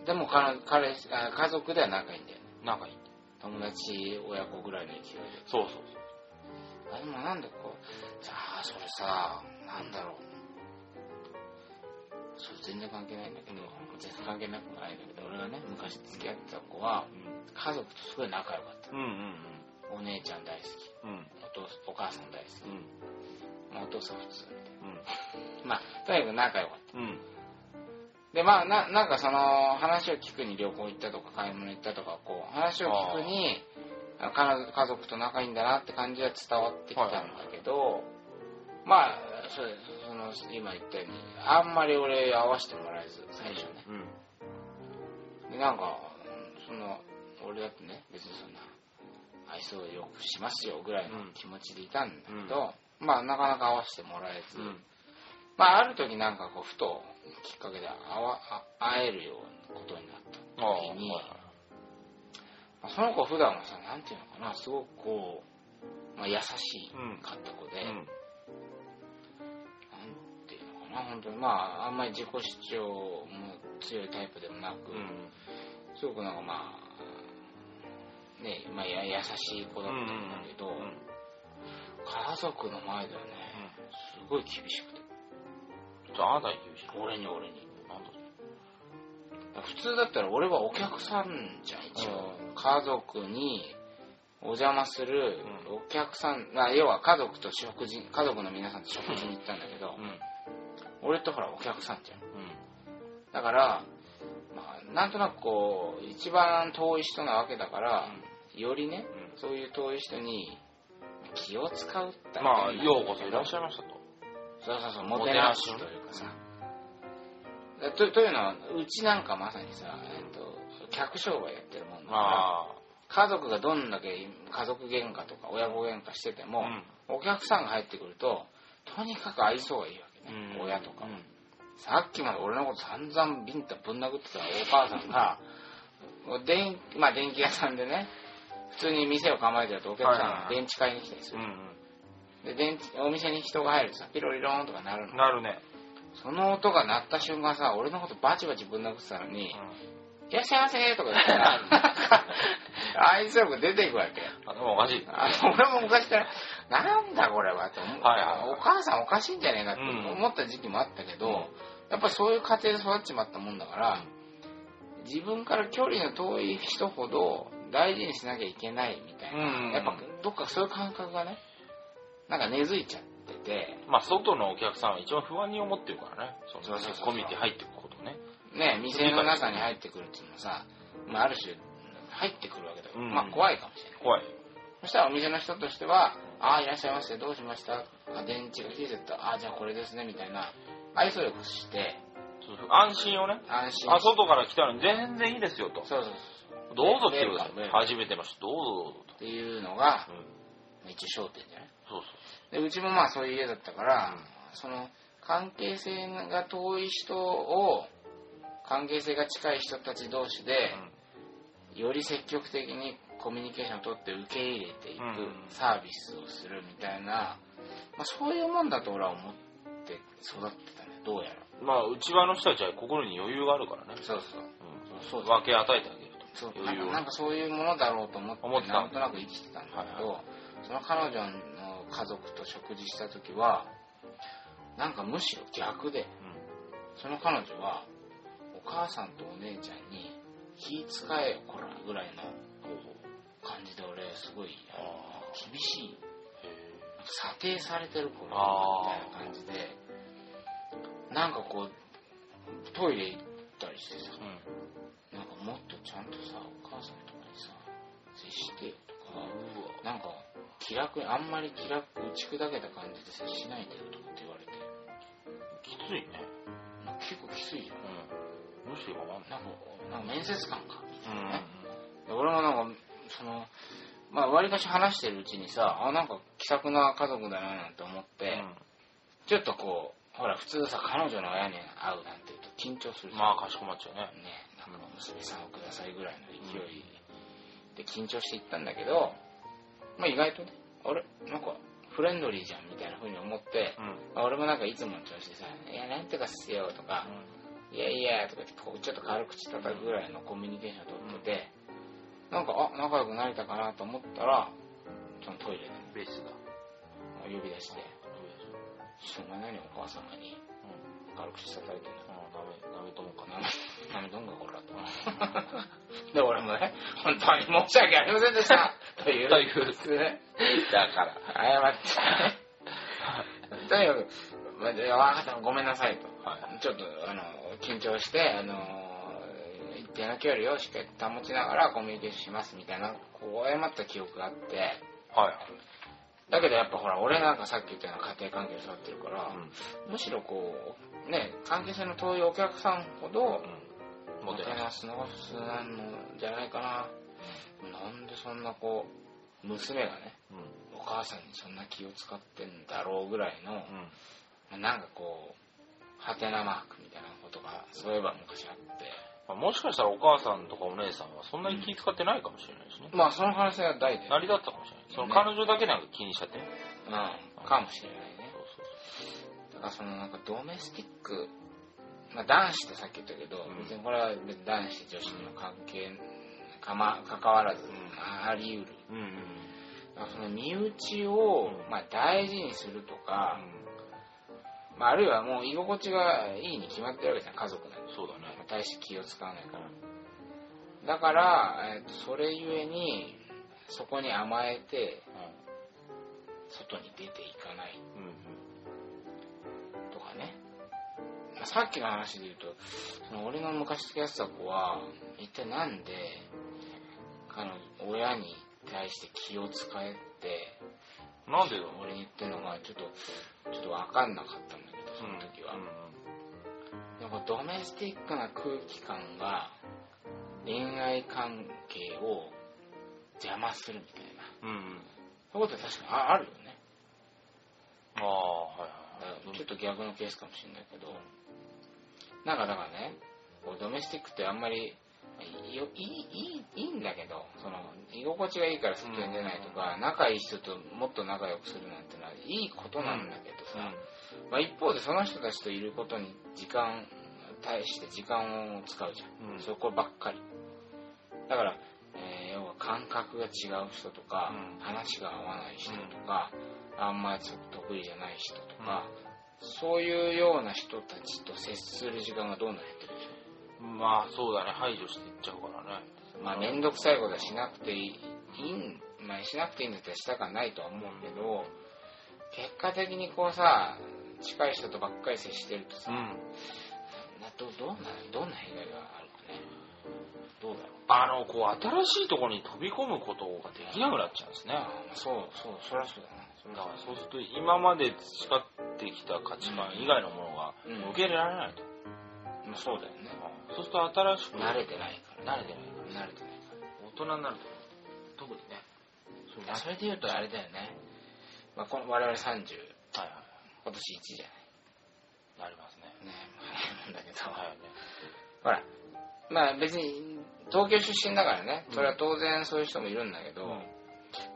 A: でも彼彼氏あ家族では仲いいんだよね
B: 仲いい。
A: 友達親子ぐらいの勢いで
B: そうそう
A: あでもなんだこうさあそれさなんだろうそれ全然関係ないんだけど、全然関係なくもないんだけど俺がね昔付き合ってた子は
B: そ
A: 家族とすごい仲良かっ
B: う。うんうん
A: たお姉ちゃん大好き
B: うん。うん
A: お父お母さん大好
B: うん
A: き、まあ、お父さん普通みたいなまあとにかく仲良かっ
B: うんうん
A: たでまあななんかその話を聞くに旅行行ったとか買い物行ったとかこう話を聞くにあ彼家族と仲いいんだなって感じは伝わってきたんだけど、まあそうですその今言ったようにあんまり俺合わせてもらえず最初ね
B: うん
A: でなんか、うんその、俺だってね、別にそんな、愛想よくしますよぐらいの気持ちでいたんだけど、まあ、なかなか会わせてもらえず、
B: うん
A: まあ、ある時なんかこう、ふと、きっかけで会わあ会えるようなことになった
B: ああ
A: 時に、まあその子普段はさ、なんていうのかな、すごくこう、まあ、優しかった子で、
B: う
A: なん
B: ん
A: ていうのかな、本当に、まあ、あんまり自己主張も強いタイプでもなく、
B: うん
A: すごくなんかまあ、ね、まあ、や優しい子だったんだけど、
B: うんうん
A: 家族の前ではね、すごい厳しくて、
B: じゃああなたに言うじゃん
A: 俺に俺に。
B: なんだ
A: 普通だったら俺はお客さんじゃん、一応。家族にお邪魔するお客さん、まあ要は家族と食事、家族の皆さんと食事に行ったんだけど
B: う、ん
A: 俺ってほらお客さんじゃん。
B: うん
A: だから、まあ、なんとなくこう、一番遠い人なわけだから、よりね、
B: う
A: そういう遠い人に気を使うって
B: まあようこそいらっし
A: ゃ
B: ゃいましたと
A: そうそうそうもてなしというかさだとというのはうちなんかまさにさ、えっと、客商売やってるもんだから
B: あ
A: 家族がどんだけ家族喧嘩とか親子喧嘩してても、お客さんが入ってくるととにかく愛想がいいわけね、親とかも、さっきまで俺のこと散々ビンタぶん殴ってたお母さんがもう電,、まあ、電気屋さんでね普通に店を構えてるとお客さんが電池買いに来たりす
B: う
A: るで
B: ん、
A: 電池お店に人が入るとさピロリローンとかなる
B: う
A: の
B: んなるね
A: その音が鳴った瞬間さ俺のことバチバチぶん殴ってたのに「いらっしゃいませ」とか言って さなんか愛想よく出ていくわけ
B: あでもおかしい
A: あの俺も昔から「なんだこれは」と思う、
B: はいはいはい
A: お母さんおかしいんじゃねえかって
B: うん
A: 思った時期もあったけど、やっぱりそういう家庭で育っちまったもんだから自分から距離の遠い人ほど大事にしなきゃいけないみたいな、
B: うん
A: やっぱどっかそういう感覚がねなんか根付いちゃってて
B: まあ外のお客さんは一番不安に思ってるからねそ
A: そうそうそうそう
B: コミュニティ入っていくことね
A: ね店の中に入ってくるっていうのはさ、まあ、ある種入ってくるわけだから、
B: うん
A: まあ怖いかもしれない
B: 怖い
A: そしたらお店の人としては「ああいらっしゃいませどうしましたあ」電池が切れちゃった「ああじゃあこれですね」みたいな愛想よくして
B: そう安心をね
A: 安心
B: あ外から来たのに全然いいですよと
A: そうそうそう
B: どうぞ来てくださ
A: ウェル
B: い
A: カム
B: 初めてましたどうぞどうぞ
A: っていうのが
B: と、うん、
A: 一応焦点じゃない
B: そう
A: でうちもまあそういう家だったから、
B: うん
A: その関係性が遠い人を関係性が近い人たち同士で
B: そう、、うん
A: より積極的にコミュニケーションを取って受け入れていく
B: うん
A: サービスをするみたいな、まあ、そういうもんだと俺は思って育ってたねどうやら
B: まあ内輪の人たちは心に余裕があるからね、
A: そうそう
B: うん、
A: そうそう
B: 分け与えてあげると
A: そうな
B: 余
A: ん
B: 裕
A: か
B: を
A: なんかそういうものだろうと思って
B: 思ってた
A: なんとなく生きてたんだけど、その彼女の家族と食事した時はなんかむしろ逆でその彼女はお母さんとお姉ちゃんに気使えよこらぐらいの感じで俺すごいあの
B: あ
A: 厳しい
B: ーへー
A: 査定されてる頃みたいな感じでなんかこうトイレ行ったりしてさ
B: うん
A: なんかもっとちゃんとさお母さんとかにさ接してよとかなんか気楽にあんまり気楽打ち砕けた感じで接しないでよとかって言われて
B: きついね、
A: なんか結構きついじゃん
B: うん、むしろわかんない
A: なんかなんか面接官かみたいなね、
B: う
A: で俺もなんかそのまあ割かし話してるうちにさあなんか気さくな家族だななんて思って、
B: ん
A: ちょっとこうほら普通さ彼女の親に会うなんて言うと緊張するじゃん
B: まあかしこまっちゃうね
A: ね、なんか娘さんをくださいぐらいの勢いで緊張していったんだけど、まあ、意外とね、あれなんかフレンドリーじゃんみたいな風に思って、
B: うん、
A: まあ俺もなんかいつもの調子でさ、いや、なんとかっすよとか、いやいやとか言って、こうちょっと軽口叩くぐらいのコミュニケーションを取ってて、なんか、あ、仲良くなれたかなと思ったら、そのトイレで
B: ベースだ
A: 呼び出して、しょうがないね、お母様に軽口叩いてんだ
B: うん、ダメダメと思うかな
A: なめとんかこらと。 で、俺もね、本当に申し訳ありませんで した。という。
B: という
A: ね。
B: だから
A: 謝って。とにかく、まあじゃあ、わかったごめんなさいと。
B: はい
A: ちょっと、あの、緊張して、あの、一定の距離をしっかり保ちながらコミュニケーションしますみたいな、こう謝った記憶があって、
B: はい
A: だけどやっぱほら、俺なんかさっき言ったような家庭関係で育ってるから、
B: うん
A: むしろこう、ね、関係性の遠いお客さんほど、
B: うんも
A: も
B: て
A: て
B: な
A: な
B: す
A: すのが普通なんのじゃないかななんでそんなこう娘がね
B: うんうん
A: お母さんにそんな気を使ってんだろうぐらいの、まあなんかこうハテナマークみたいなことがそういえば昔あって
B: まあもしかしたらお母さんとかお姉さんはそんなに気使ってないかもしれないしね、
A: まあその話は大で、
B: 成り立ったかもしれないその彼女だけなんか気にしちゃってね
A: うん、かもしれないね
B: そうそう
A: だからそのなんかドメスティック、まあ、男子ってさっき言ったけど、
B: うん
A: 別にこれは男子女子には関係かま関わらず、
B: うん
A: あり得る
B: そううんうん
A: だからその身内を、
B: うん
A: まあ、大事にするとか、まあ、あるいはもう居心地がいいに決まってるわけじゃん家族なんて、
B: そうだ
A: ま
B: ね
A: あ、大して気を使わないからだから、えーとそれゆえにそこに甘えて外に出ていかない
B: うんうん
A: とかねまあさっきの話で言うとその俺の昔付き合ってた子は一体なんで彼女親に対して気を使えって
B: うんなんでだろうね
A: 俺に言ってるのがちょっとちょっと分かんなかったんだけどその時は、
B: うんうん
A: なんかドメスティックな空気感が恋愛関係を邪魔するみたいな
B: うんうん
A: そういうことは確かにああるよね
B: ああはい
A: だ
B: は
A: か
B: いは
A: ら
B: い
A: ちょっと逆のケースかもしれないけどなんかだからねこうドメスティックってあんまりよいいいいいいんだけどその居心地がいいから外に出ないとか仲いい人ともっと仲良くするなんてのはいいことなんだけど
B: う
A: さ、
B: ん
A: まあ、一方でその人たちといることに時間対して時間を使うじゃん、
B: うん
A: そこばっかりだから、えー要は感覚が違う人とか、
B: うん
A: 話が合わない人とか、あんまり得意じゃない人とか、そういうような人たちと接する時間がどんどん減ってるでし
B: まあそうだね排除していっちゃうからね
A: ょまあ面倒くさいことはしなくていいいいん、まあ、しなくていいんだったらしたくはないとは思うけど結果的にこうさ近い人とばっかり接してるとさ、
B: うん
A: などどうなどんな被害があるかねどうだろう
B: あのこう新しいところに飛び込むことができなくなっちゃうんですね
A: ああまあそうそうそりゃそうだなそ
B: だ
A: りゃ
B: から
A: そ
B: そうすると今まで培ってきた価値観以外のものが
A: うん
B: 受け入れられないと、
A: うまあそうだよね
B: そうすると新しく
A: 慣れてないから
B: 慣れてない
A: 慣れてないか
B: 大人になると特にねそう
A: らそれで言うとあれだよね、まあ、この我々30
B: はいは
A: 今年1じゃ
B: いなりますね
A: ないねまあ早いもんだけど
B: はいね
A: ほらまあ別に東京出身だからねそれは当然そういう人もいるんだけど、
B: うん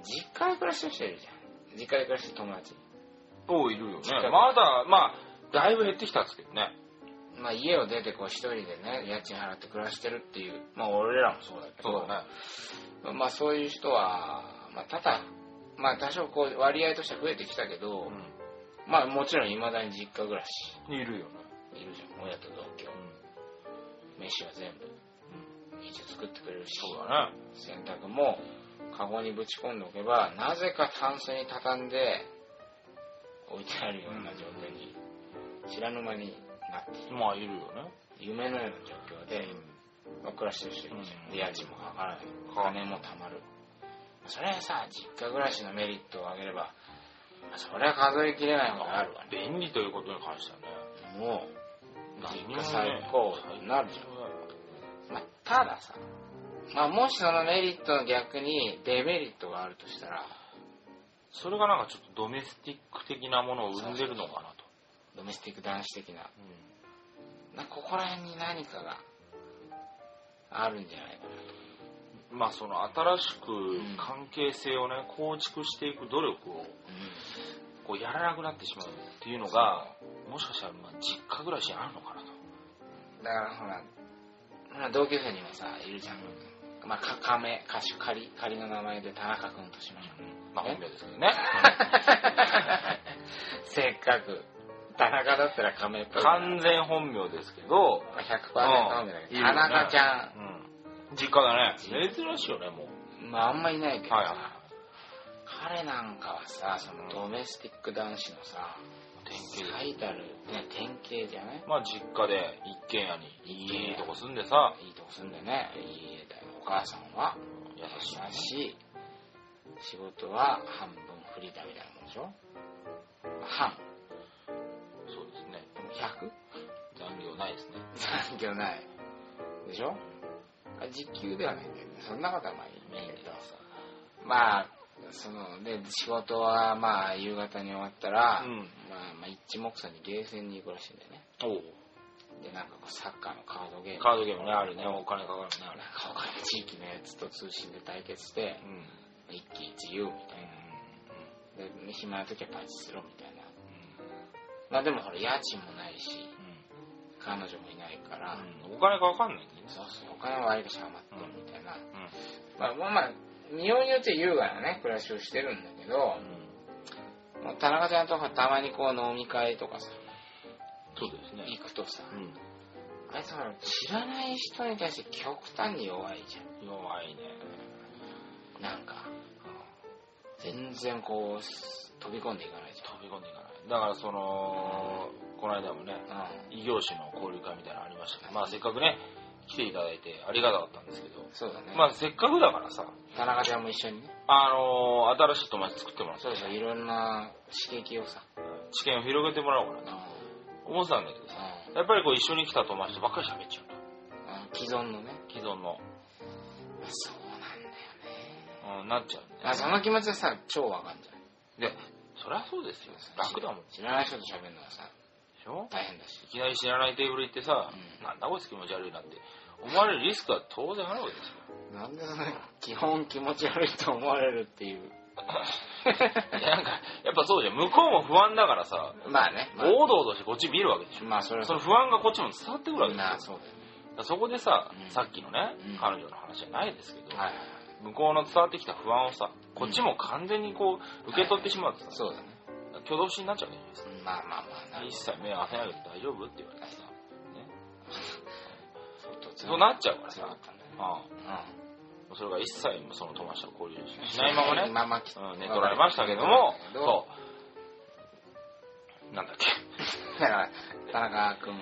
A: 実家で暮らしてる人いるじゃん実家で暮らしてる友達
B: そういるよね
A: 近く
B: まだまあだいぶ減ってきたんですけどね
A: まあ、家を出てこう一人でね家賃払って暮らしてるっていうまあ俺らもそうだけど
B: そうだね
A: まあそういう人は、まあ、ただ、まあ多少こう割合としては増えてきたけど、まあもちろんいまだに実家暮らし
B: うんいるよね
A: いるじゃん親と同居飯は全部一応作ってくれるし
B: そうだね
A: 洗濯もカゴにぶち込んでおけばなぜかタンスに畳んで置いてあるような状態に知らぬ間になっている
B: まあいるよね
A: 夢のような状況で、まあ暮らしてる人いるじゃん、
B: うん
A: で家賃もかからない
B: か
A: 金も貯まるそれはさ実家暮らしのメリットを挙げればまあそれは数えきれないほどあるわね
B: 便利ということに関してはね
A: もう
B: 何
A: 実
B: にもね
A: 家最高になるじゃん、まあ、たださ、まあ、もしそのメリットの逆にデメリットがあるとしたら
B: それがなんかちょっとドメスティック的なものを生んでるのかなと
A: ドメスティック男子的ななここら辺に何かがあるんじゃないかな
B: まあその新しく関係性をね構築していく努力をこうやらなくなってしまうっていうのがもしかしたらまあ実家暮らしにあるのかなと
A: だからほらほら同級生にもさいるじゃん、まあ、か亀歌手仮仮の名前で田中君としましょ う、
B: まあ本名ですけどね
A: せっかく田中だったら亀っぽいから
B: 完全本名ですけど
A: まあ100%なんだけ
B: う
A: ど
B: ん
A: 田中ちゃ
B: うん実家だね珍しいよねもうん
A: まああんまいないけどさ、
B: はいはい
A: 彼なんかはさそのドメスティック男子のさ
B: 典型的
A: 最たる、ね、典型じゃない
B: まあ実家で一軒家に
A: いい
B: い
A: 家
B: いとこ住んでさ
A: いいとこ住んでねいい家だよお母さんは
B: 優しい
A: 優しい仕事は半分フリーだみたいなもんでしょ半
B: そうですね
A: 100?
B: 残業ないですね
A: 残業ないでしょあ時給ではないんだよねそんなことはまあいいんだけどまあそので仕事はまあ夕方に終わったら、
B: うん
A: まあ、まあ一目散にゲーセンに行くらしいんだよね
B: おう
A: でなんかこうサッカーのカードゲーム
B: カードゲームねあるねお金かかるねあ
A: なん
B: れ
A: かわかんない地域のやつと通信で対決して
B: うんうん
A: 一喜一憂みたいなで暇な時はパチスロみたいなまあでもほら家賃もないし彼女もいないから、
B: うんうんお金かかんないね
A: そうそうお金は割とし余ってるみたいな、
B: うん
A: まあまあまあ日本によって優雅なね暮らしをしてるんだけど、もう田中ちゃんとかたまにこう飲み会とかさ
B: そうですね
A: 行くとさ、
B: うん
A: あいつほら知らない人に対して極端に弱いじ
B: 弱いね
A: ゃんなんか全然こう飛び込んでいかないじ
B: 飛び込んでいかないだからそのこの間もね
A: ゃん、うん、
B: 異業種の交流会みたいなのありましたけどまあせっかくね来ていただいてありがたかったんですけど
A: そうだね、
B: まあせっかくだからさ
A: 田中ちゃんも一緒にね
B: あのー新しい友達作ってもらって
A: そうそういろんな刺激をさ、
B: 知見を広げてもらおうか
A: う
B: なんと思ってたんだけどさ
A: う、
B: やっぱりこう一緒に来た友達とばっかり喋っちゃうん
A: 既存のね
B: と既存の、
A: そうなんだよね
B: うん、なっちゃうんだよ
A: あその気持ちはさ超わかんじゃん
B: でそりゃそうですよ楽だもんで
A: 知らない人と喋るのはさ
B: しょ
A: 大変だし
B: いきなり知らないテーブル行ってさ、
A: うん
B: なんだこいつ気持ち悪いなって思われるリスクは当然あるわけですよ
A: なんでその基本気持ち悪いと思われるっていう
B: いやなんかやっぱそうじゃん向こうも不安だからさ
A: まあね、まあ
B: おどおどしてこっち見るわけでし
A: まあそれ
B: ょ
A: は
B: その不安がこっちも伝わってくるわけで
A: まあ
B: す
A: そうだよね
B: よそこでさ、
A: うん
B: さっきのね、
A: うん
B: 彼女の話じゃないですけど、
A: はいはいはい
B: 向こうの伝わってきた不安をさこっちも完全にこう受け取ってしまうとさ、
A: そうだね
B: 挙動不審になっちゃうわけじゃないですか
A: まあまあまあな
B: 一切目を当てないけど大丈夫って言われてさ、ね、
A: そ
B: そうなっちゃうから
A: そうだ
B: さ
A: ったんだ
B: あ
A: ね
B: あそれが一切その友達と交流
A: うん
B: しないままね、
A: まあまあき
B: うん、寝取られましたけどもそうなんだっけ
A: だから田中君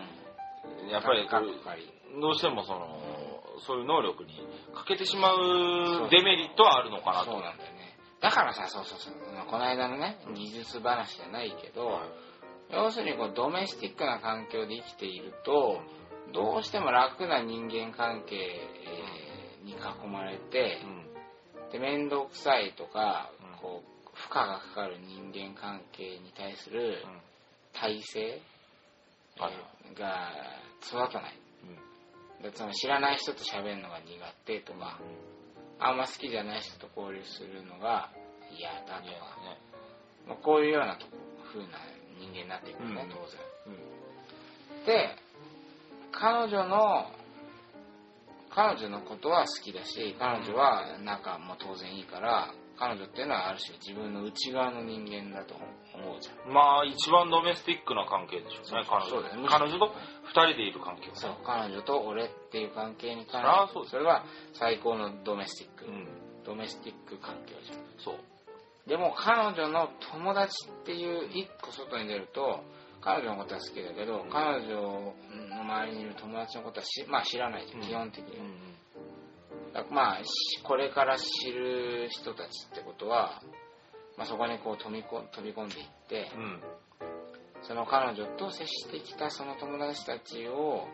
B: やっぱりこ
A: か
B: う
A: かり
B: どうしてもそのそういう能力に欠けてしまうデメリットはあるのかなと
A: そうなんだよねだからさそうそうそうこの間のね技術話じゃないけど要するにこうドメスティックな環境で生きているとどうしても楽な人間関係えーに囲まれて、
B: うん
A: で面倒くさいとか、
B: うん
A: こう負荷がかかる人間関係に対する
B: うん
A: 体制、
B: はい
A: えーが育たないでつまり知らない人と喋るのが苦手とかあんま好きじゃない人と交流するのが嫌だ
B: うん
A: と
B: いや
A: か、
B: ね
A: まあ、こういうようなとこ風な人間になっていくのね、
B: うん
A: 当然
B: うん
A: で彼女の彼女のことは好きだし彼女は仲も当然いいから彼女っていうのはある種自分の内側の人間だと思うじゃん
B: まあ一番ドメスティックな関係でしょうね彼
A: そう
B: 女
A: だよね
B: 彼女と二人でいる環境ね
A: そう彼女と俺っていう関係に関
B: そりゃそうです
A: それは最高のドメスティック、
B: うん
A: ドメスティック環境じゃん
B: そう
A: でも彼女の友達っていう一個外に出ると彼女のことは好きだけど、
B: ん
A: 彼女の周りにいる友達のことはし、まあ、知らないじゃん、
B: うん
A: 基本的に
B: う
A: は、
B: ん
A: だからまあしこれから知る人たちってことは、まあ、そこにこう飛びこ飛び込んでいって
B: うん
A: その彼女と接してきたその友達たちを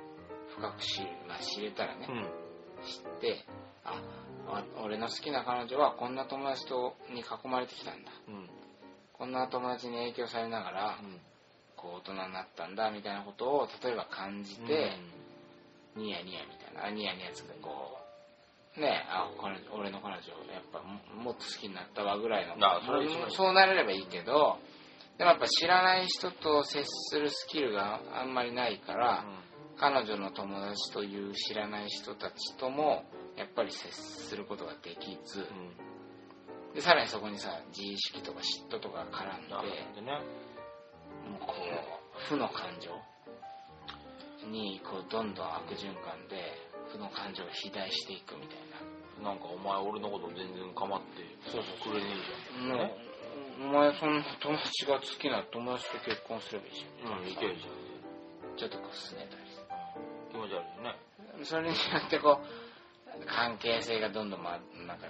A: 深く知る、まあ、知れたらね、
B: うん
A: 知ってあわ俺の好きな彼女はこんな友達とに囲まれてきたんだ
B: うん
A: こんな友達に影響されながらこう大人になったんだみたいなことを例えば感じ
B: うん
A: て、ニヤニヤみたいなあニヤニヤつってこうねあ彼女俺の彼女やっぱももっと好きになったわぐらいの
B: あそれは一番いい
A: もうそうなれればいいけどでもやっぱ知らない人と接するスキルがあんまりないから、彼女の友達という知らない人たちともやっぱり接することができず
B: うんうん
A: でさらにそこにさ自意識とか嫉妬とか絡んで
B: なるほどね
A: もうこう負の感情にこうどんどん悪循環で負の感情が肥大していくみたい
B: なんかお前俺のこと全然構ってくれねえじゃん
A: な、
B: ね
A: お前そんな友達が好きな友達と結婚すればいいじ
B: うんいけるじゃん
A: ゃんちょっとこうすねたりして
B: 気持ち悪いよね
A: それによってこう関係性がどんどん、ま、なんか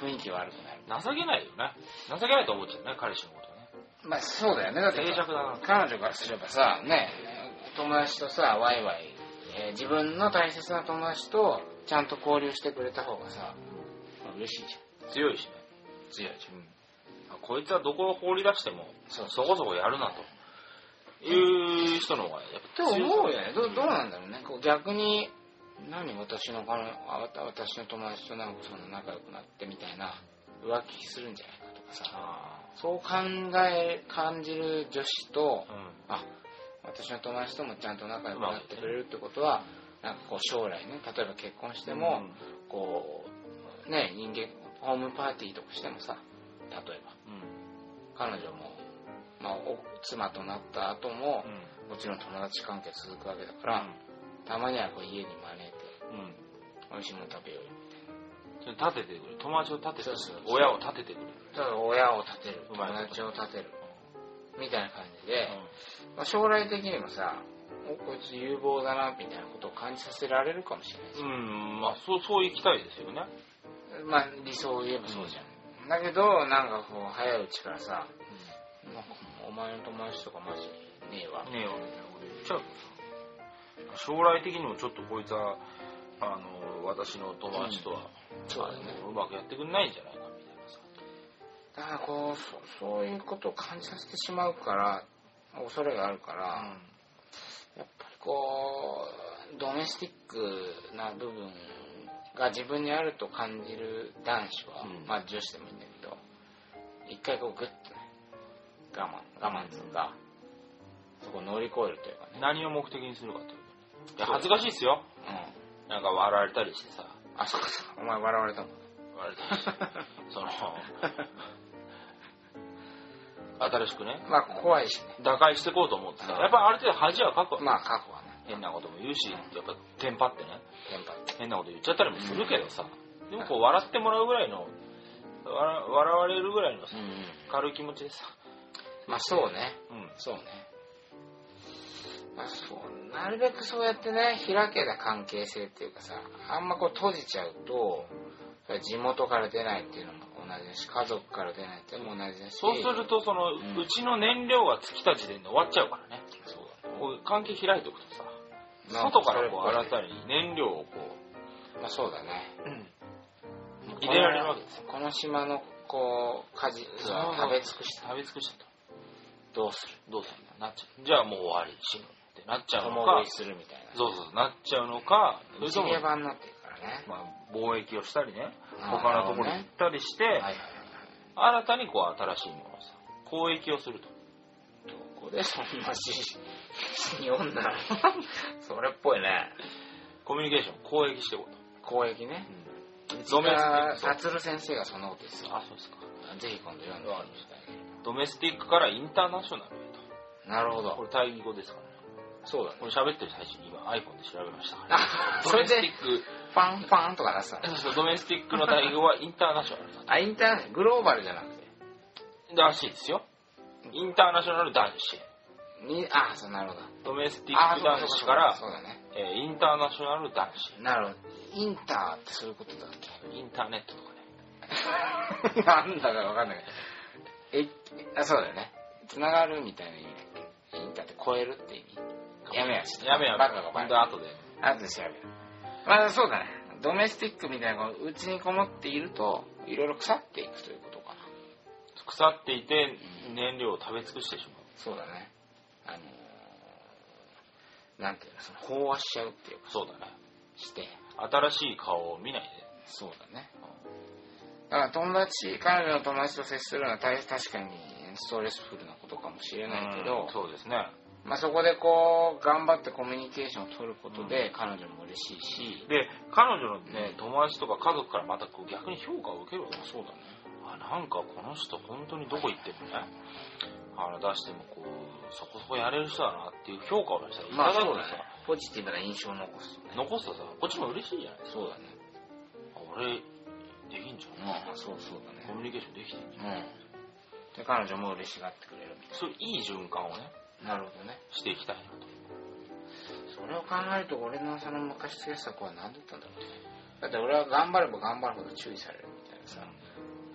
A: 雰囲気悪くなる
B: 情けないよね情けないと思っちゃうね彼氏のことね
A: まあそうだよねだって
B: 脆弱だな
A: 彼女からすればさね友達とさワイワイえー自分の大切な友達とちゃんと交流してくれた方がさ、嬉しいじ
B: 強いしね
A: ゃん強いじ
B: あこいつはどこを放り出しても
A: そう
B: そこそこやるなという人の方がやっぱ
A: ゃんって思う
B: い
A: よねどどうなんだろうねこう逆に何私の彼女あわた私の友達となんかそんな仲良くなってみたいな浮気するんじゃないかとかさ
B: あ
A: そう考え感じる女子と
B: あうん
A: あ私の友達ともちゃんと仲良くなってくれるってことはなんかこう将来ね例えば結婚しても、こうね人間ホームパーティーとかしてもさ例えば
B: うんうん
A: 彼女も、まあ、お妻となった後も、もちろん友達関係続くわけだから、たまにはこう家に招いて
B: うんうん
A: 美味しいもの食べようよ
B: それ立ててくる友達を立ててく
A: そうそうそ
B: る
A: う
B: 親を立ててくる
A: ただ親を立てる
B: う
A: 友
B: まいこと
A: 達を立てるみたいな感じで、まあ、将来的にもさおこいつ有望だなみたいなことを感じさせられるかもしれないし
B: うん、うんまあそうそういきたいですよね
A: まあ理想を言えばそうじゃん、だけどなんかこう早いうちからさなんかお前の友達とかマジねえわ、
B: ねえよみたいなこと言っちゃうとさ将来的にもちょっとこいつはあの私の友達とは、
A: そうだね
B: あのうまくやってくんないんじゃないかみたいなさ
A: だからこうそそういうことを感じさせてしまうから恐れがあるから、やっぱりこうドメスティックな部分が自分にあると感じる男子は、
B: うん
A: まあ女子でもいいんだけど一回こうグッとね我慢我慢っていうかそこを乗り越えるというかね、
B: 何を目的にするかってこといや
A: そう
B: 恥ずかしいですよ
A: う
B: なんか笑われたりしてさ
A: ん、あそうかそうかお前笑われたもん
B: 笑われたりしてその新しくね
A: まあ怖いしね
B: 打開していこうと思ってさやっぱある程度恥はかくわけ
A: まあ過去はね
B: 変なことも言うしやっぱテンパってね
A: テンパって
B: 変なこと言っちゃったりもするけどさ、でもこう笑ってもらうぐらいの笑笑われるぐらいのさ
A: うん
B: 軽い気持ちでさ、
A: まあそうね
B: うん、
A: そうね。まあそう、なるべくそうやってね、開けた関係性っていうかさ、あんまこう閉じちゃうと、それ地元から出ないっていうのも同じだし、家族から出ないっていうのも同じだし。
B: そうするとその、うんうちの燃料が尽きた時点で終わっちゃうからね
A: そう
B: こう関係開いておくとさ
A: だね
B: 外からこう
A: まあ
B: 新たに燃料をこ
A: まあそうだね。
B: う入れられるわけですよ
A: この島のこう、果実は食べ尽くした。
B: 食べ尽くしたと
A: どうする
B: どうするんだなっちゃうじゃあもう終わり死ぬってなっちゃうの
A: 共
B: か
A: 食いするみたいな。
B: そうそうそうなっちゃうのかそれ
A: 一
B: とも
A: 芸版になってるからね。
B: まあ、貿易をしたりね
A: あー
B: 他のところに行ったりして、
A: はいはいはい。
B: 新たにこう新しいものをさ交易をすると
A: どこでそんな詩読んだの それっぽいね。
B: コミュニケーション交易していこうと、
A: 公益ね。
B: ドメスティックそう
A: 達郎先生がそんなことですよ。
B: あそうですか
A: ぜひ今度読んでほし
B: ドメスティックからインターナショナルへ
A: い。なるほ
B: とこ
A: ど。
B: れタイ語ですからね
A: そうだね。
B: これ喋ってる最中に今 iPhone で調べましたから、
A: それで
B: ドメスティック
A: ファンファンとか出すの。
B: そうドメスティックのタイ語はインターナショナルだ
A: あ、インターネット、グローバルじゃなくて。
B: らしいですよインターナショナル男子
A: にあ、そう、なるほど。
B: ドメスティ
A: あ
B: ック男子から
A: そ、うだね。
B: えーインターナショナル男子
A: なるほど。インターってそういうこと だっ
B: インターネットとかね
A: けなんだかわかんないけど。え、あ、そうだよね。つながるみたいな意味だっけインターって超えるって意味やめよう、ちょっと
B: やめやめ
A: バカがバカ
B: ほんと後で
A: 後で調べるまあそうだねドメスティックみたいなうちにこもっているといろいろ腐っていくということかな
B: 腐っていて燃料を食べ尽くしてしまう
A: そうだねあのー、なんていうのその飽和しちゃうっていうか
B: そうだね
A: して
B: 新しい顔を見ない
A: そうだねだから友達彼女の友達と接するのは大確かにストレスフルなことかもしれ
B: で
A: ないけど
B: うん、そうですね
A: まあ、そこでこう頑張ってコミュニケーションを取ることで彼女も嬉しいし、
B: で彼女のね友達とか家族からまたこう逆に評価を受けるわけです
A: そうだね
B: あなんかこの人本当にどこ行ってもねあの出してもこうそこそこやれる人だなっていう評価をさい
A: まあ
B: ただ
A: そう
B: く
A: だ
B: とさ、
A: ねポジティブな印象を残すとね
B: 残すとさこっちも嬉しいじゃないですか
A: そうだね
B: あ俺できんじゃん、
A: うんそうそうだね
B: コミュニケーションできてんじゃ
A: う
B: ん
A: ん。で、彼女も嬉しがってくれるみた
B: そういういい循環をね
A: いな。なるほどね。
B: していきたいなと
A: それを考えると、俺のその昔付き合ってた子は何だったんだろうね。だって俺は頑張れば頑張るほど注意されるみたいなさ。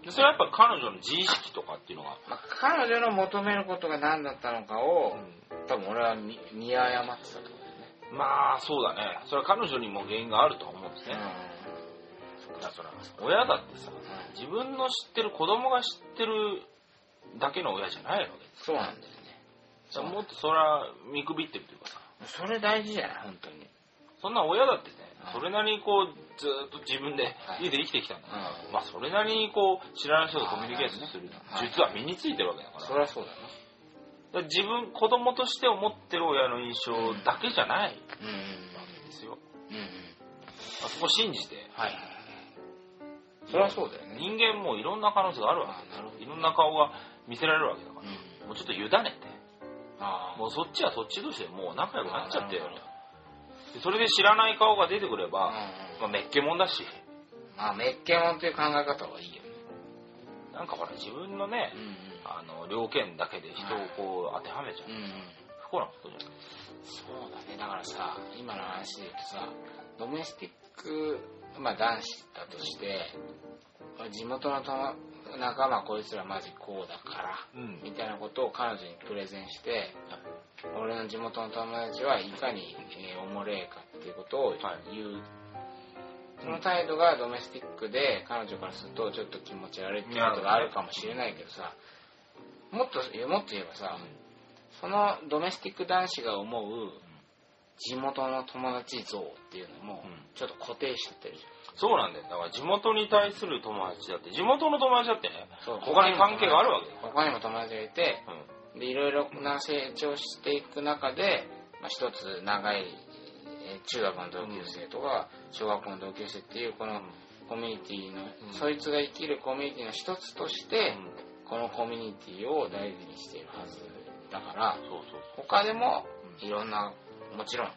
B: でそれはやっぱ彼女の自意識とかっていうのが、
A: まあ、彼女の求めることが何だったのかを、多分俺は見見誤ってたと思うね。
B: まあそうだねそれは彼女にも原因があるとは思うんですね、だから親だってさ自分の知ってる子供が知ってるだけの親じゃないわけです
A: そうなんだよね
B: だから
A: そう
B: もっとそれは見くびってるというか
A: そ
B: さ
A: れ大事じゃない本当に
B: そんな親だってね
A: うん
B: それなりにこうずーっと自分で
A: はい
B: 家で生きてきたんだから、
A: うん
B: まあそれなりにこう知らない人とコミュニケーションする
A: はい
B: 実は身についてるわけだから
A: そりゃそうだな
B: だから自分子供として思ってる親の印象だけじゃな
A: う
B: い
A: んうん
B: わけですよ
A: うんうん
B: あそこ信じて
A: はいはいはいそりゃそうだよね
B: 人間もいろんな可能性があるわけ
A: あなるほど
B: いろんな顔が見せられるわけだか
A: う
B: ら、
A: ん
B: もうちょっと委ねて
A: ああ
B: もうそっちはそっちとしてもう仲良くなっちゃってよ
A: なるほ
B: でそれで知らない顔が出てくれば、
A: うん
B: まあ、めっけもんだし
A: まあ、メッケモンという考え方はいいよね。
B: なんかほら自分のね、あの両権だけで人をこう当てはめちゃ
A: う
B: う、
A: ん、うん。
B: 不幸なことじゃない
A: そうだね。だからさ、今の話で言うとさ、ドメスティック、まあ男子だとして、地元の友仲間こいつらマジこうだから、
B: うん
A: みたいなことを彼女にプレゼンして、俺の地元の友達はいかに、えーおもれえかっていうことを言う、その態度がドメスティックで彼女からするとちょっと気持ち悪いっていうことがあるかもしれないけどさもっともっと言えばさ、そのドメスティック男子が思う地元の友達像っていうのも
B: うん
A: ちょっと固定しちゃってるじ
B: そうなんだよだから地元に対する友達だって地元の友達だってね
A: そう
B: 他に関係があるわけだ
A: ゃ
B: よ
A: ん他にも友達がいてでいろいろな成長していく中で、まあ、一つ長いえー中学の同級生とか小学校の同級生っていうこのコミュニティの、
B: うん
A: そいつが生きるコミュニティの一つとして、このコミュニティを大事にしているはずだから
B: うん、そうそう
A: 他でも
B: うん
A: いろんなもちろん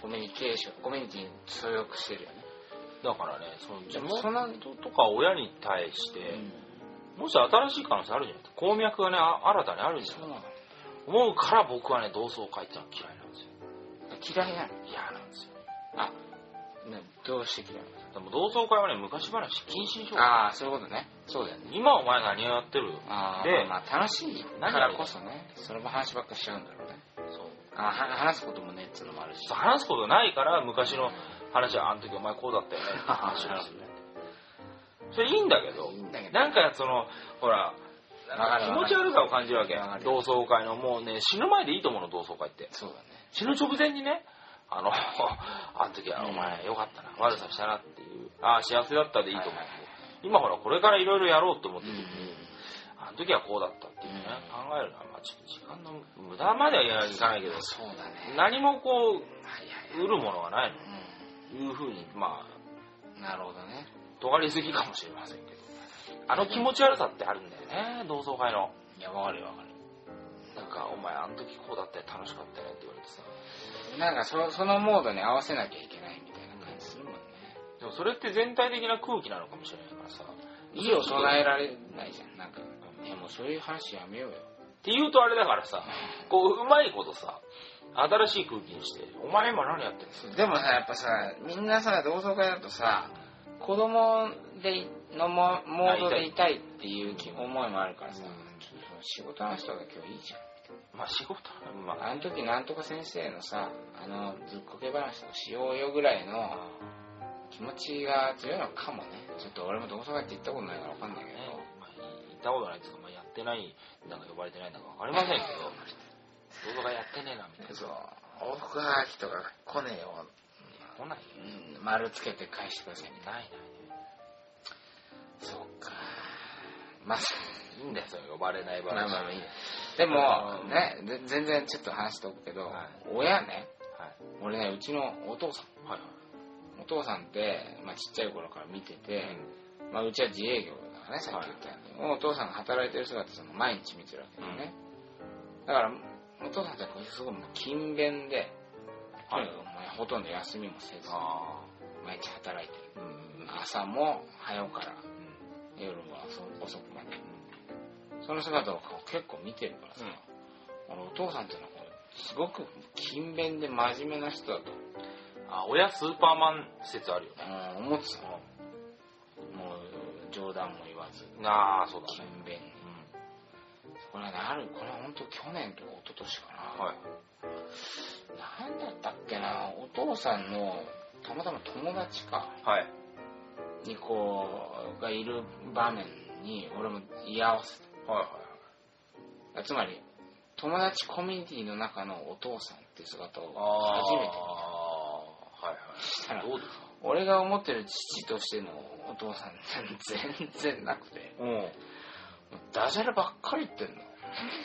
A: コミュニケーションコミュニティに所属してるよね、
B: そうだからねその地
A: でも
B: 元
A: その
B: とか親に対して、もし新しい可能性あるじゃないですか鉱脈がねあ新たにあるじゃ
A: そ
B: な
A: う
B: い
A: なの
B: 思うから僕はね同窓会ってのは嫌いなんですよ
A: 嫌いなの
B: 嫌なんですよ
A: あねどうして嫌いな
B: でも同窓会はね昔話禁止にしよう
A: のああそういうことねそうだよね
B: 今お前何やってる
A: あー
B: で
A: まあ楽しいからこそねそれも話ばっかしちゃうんだろうね
B: そう
A: あは話すこともねっつうのもあるし
B: 話すことないから昔の話はあの時お前こうだったよ ねって話をするそれいいんだけど
A: いいんだけど
B: なんかそのほら
A: わかる
B: 気持ち悪さを感じるわけ
A: わかる
B: 同窓会のもうね死ぬ前でいいと思うの同窓会って
A: そうだね
B: 死ぬ直前にねあの あの時はお前よかったな悪さしたなっていうああ幸せだったでいいと思う、
A: はいはいはい
B: 今ほらこれからいろいろやろうと思ってる時に、
A: う
B: あの時はこうだったっていうね、
A: う
B: 考えるのはまあちょっと時間の無駄まではいかないけど
A: そうだね
B: 何もこ
A: はいは
B: う売るものがないの
A: い
B: いうふうにまあ
A: うんなるほどね
B: 尖りすぎかもしれませんけどあの気持ち悪さってあるんだよね同窓会の
A: いやわかるよわかる
B: なんかお前あの時こうだったよ楽しかったよねって言われてさ
A: なんかそそのモードに合わせなきゃいけないみたいな感じするもんね
B: でもそれって全体的な空気なのかもしれないからさ
A: いいを唱えられないじゃんなんかいやもうそういう話やめようよ
B: って言うとあれだからさこううまいことさ新しい空気にして「お前今何やってんですか?
A: でもさやっぱさみんなさ同窓会だとさ子供でいのもモードでいたいっていう気思いもあるからさ、
B: うん
A: ちょっとその仕事の人が今日いいじゃん」
B: まあ仕事はまあ
A: あの時なんとか先生のさあのずっこけ話とかしようよぐらいの気持ちが強いのかもねちょっと俺も同窓会って行ったことないから分かんないけど
B: ね、まあ、行ったことないですか、まあ、やってないんだか呼ばれてないんだか分かりませんけど、動画がやってねえなみたいな、
A: そう往復はがきとか来ねえよ、
B: 来ないよ、
A: うん、丸つけて返してくださいみたいな
B: ないない、
A: そっかまあ
B: いいんだよ、それ呼ばれない場合
A: まあまあまあいいやでもねぜ全然ちょっと話飛ぶけど、
B: はい
A: 親ね
B: はい
A: 俺ねうちのお父さん
B: はい
A: お父さんって、まあ、ちっちゃい頃から見てて、
B: はい、
A: まあ、うちは自営業だからねさっき言ったように、お父さんが働いてる姿その毎日見てるわけだよね、だからお父さんってこうすごいもう勤勉で、とにかくお前ほとんど休みもせず
B: あ
A: 毎日働いてる
B: あ、うん、
A: 朝も早うから
B: うん、
A: 夜も遅くまでその姿をこう結構見てるからさ、あのお父さんってのはこうすごく勤勉で真面目な人だと、
B: あ、親スーパーマン説あるよね、
A: うん、思ってたのもう冗談も言わず
B: ああ、そうだ
A: 勤勉
B: ね、
A: に
B: う
A: これねあるこれ本当去年とか一昨年か
B: ん、
A: な、
B: はい、
A: 何だったっけな父さんのたまたま友達か
B: はい
A: にこうがいる場面に俺も居合わせ
B: はいは
A: た
B: い
A: つまり友達コミュニティの中のお父さんっていう姿を
B: あ
A: 初めて
B: ー
A: た
B: はいはいどうですか
A: 俺が思ってる父としてのお父さん全然なくて
B: うん
A: ダジャレばっかり言ってんの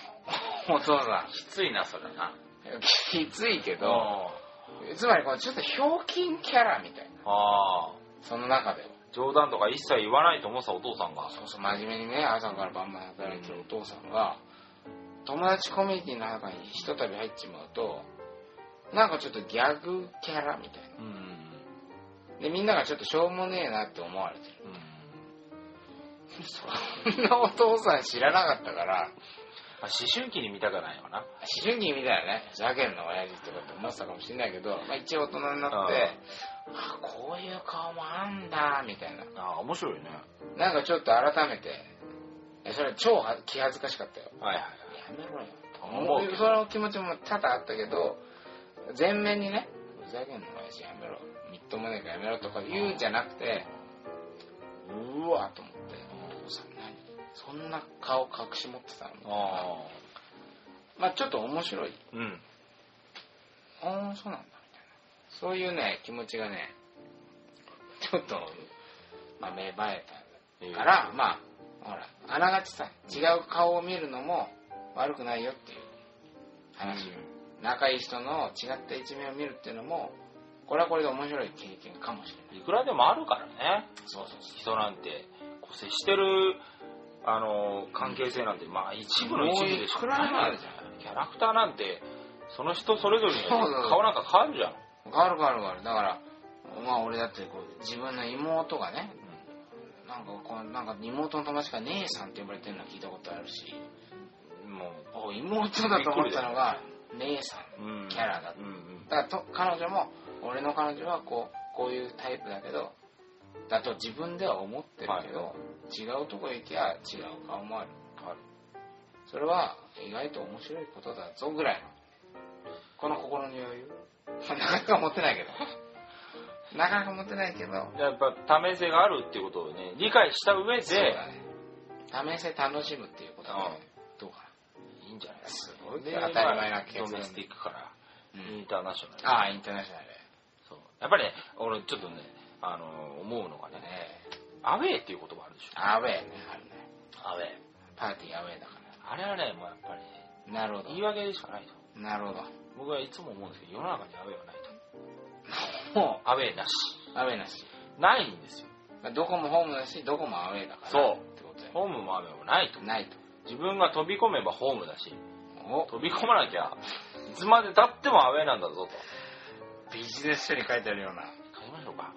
A: お父さん
B: きついなそれな
A: きついけ
B: う
A: ど
B: あ
A: つまりこうちょっとひょうきんキャラみたいな
B: あ
A: その中では
B: ー冗談とか一切言わないと思ってたお父さんが
A: そうそう真面目にね朝から晩まで働いてるお父さんが友達コミュニティの中にひとたび入っちまうとなんかちょっとギャグキャラみたい
B: うん
A: なでみんながちょっとしょうもねえなって思われてる
B: うん
A: そんなお父さん知らなかったから
B: まあ思春期に見たくないよな
A: 思春期みたいなねふざけんな親父とかって思ってたかもしれないけど、まあ、一応大人になってあこういう顔もあんだみたいな
B: ああ面白いね
A: なんかちょっと改めてえそれ超は気恥ずかしかったよ
B: はいは
A: や
B: い
A: めろよと
B: 思うけど
A: その気持ちも多々あったけど全面にねふざけんな親父やめろみっともねえからやめろとか言うんじゃなくてうわと思ってお父さん何そんな顔隠し持ってたの
B: あ
A: まあちょっと面白い
B: あうん
A: ああそうなんだみたいなそういうね気持ちがねちょっと、まあ、芽生えたから、まあほらあながちさ違う顔を見るのも悪くないよっていう話、仲いい人の違った一面を見るっていうのもこれはこれで面白い経験かもしれない
B: いくらでもあるからね
A: そうそうそ
B: 人なんてこう接してるあの関係性なんてまあ一部の一部でしかないじゃんキャラクターなんてその人それぞれに
A: そうそうそう
B: 顔なんか変わるじゃん
A: う変わる変わる変わるだからまあ俺だってこう自分の妹がねなんかこうなんか妹の友達が姉さんって呼ばれてるの聞いたことあるし
B: も
A: お妹だと思ったのが姉さん
B: う、うん
A: キャラだ
B: うんうん
A: だからと彼女も俺の彼女はこうこういうタイプだけどだと自分では思ってるけど、違うとこ行きゃ違う顔もある
B: ある
A: それは意外と面白いことだぞぐらいのこの心の余裕なかなか持てない けどなかなか持てないけど
B: やっぱ多面性があるっていうことをね理解した上
A: そう
B: で
A: だね多面性楽しむっていうことはねどうか
B: いいんじゃない
A: な
B: です
A: す
B: か
A: ごい
B: で
A: 当たり前な
B: まあ
A: 結
B: ドメ
A: 論
B: スティックから
A: うん
B: インターナショナル、
A: ああインターナショナル
B: そうやっぱりね俺ちょっとねあの思うのがね
A: ね
B: アウェーっていう言葉あるでしょ
A: アウェーねあるね
B: アウェー
A: パーティーアウェーだか
B: あれはねもうやっぱりね
A: らなるほ
B: 言い訳でしかないと
A: どなるほど
B: 僕はいつも思うんですけど世の中にアウェイはないと
A: も
B: アウェイなし
A: うアウェーだし
B: ないんですよ
A: まあどこもホームだしどこもアウェーだから
B: そう
A: ってことだよ
B: ホームもアウェイもないと
A: ないと
B: 自分が飛び込めばホームだし
A: お
B: 飛び込まなきゃいつまでたってもアウェイなんだぞと
A: ビジネス書に書いてあるような
B: 買いましょうか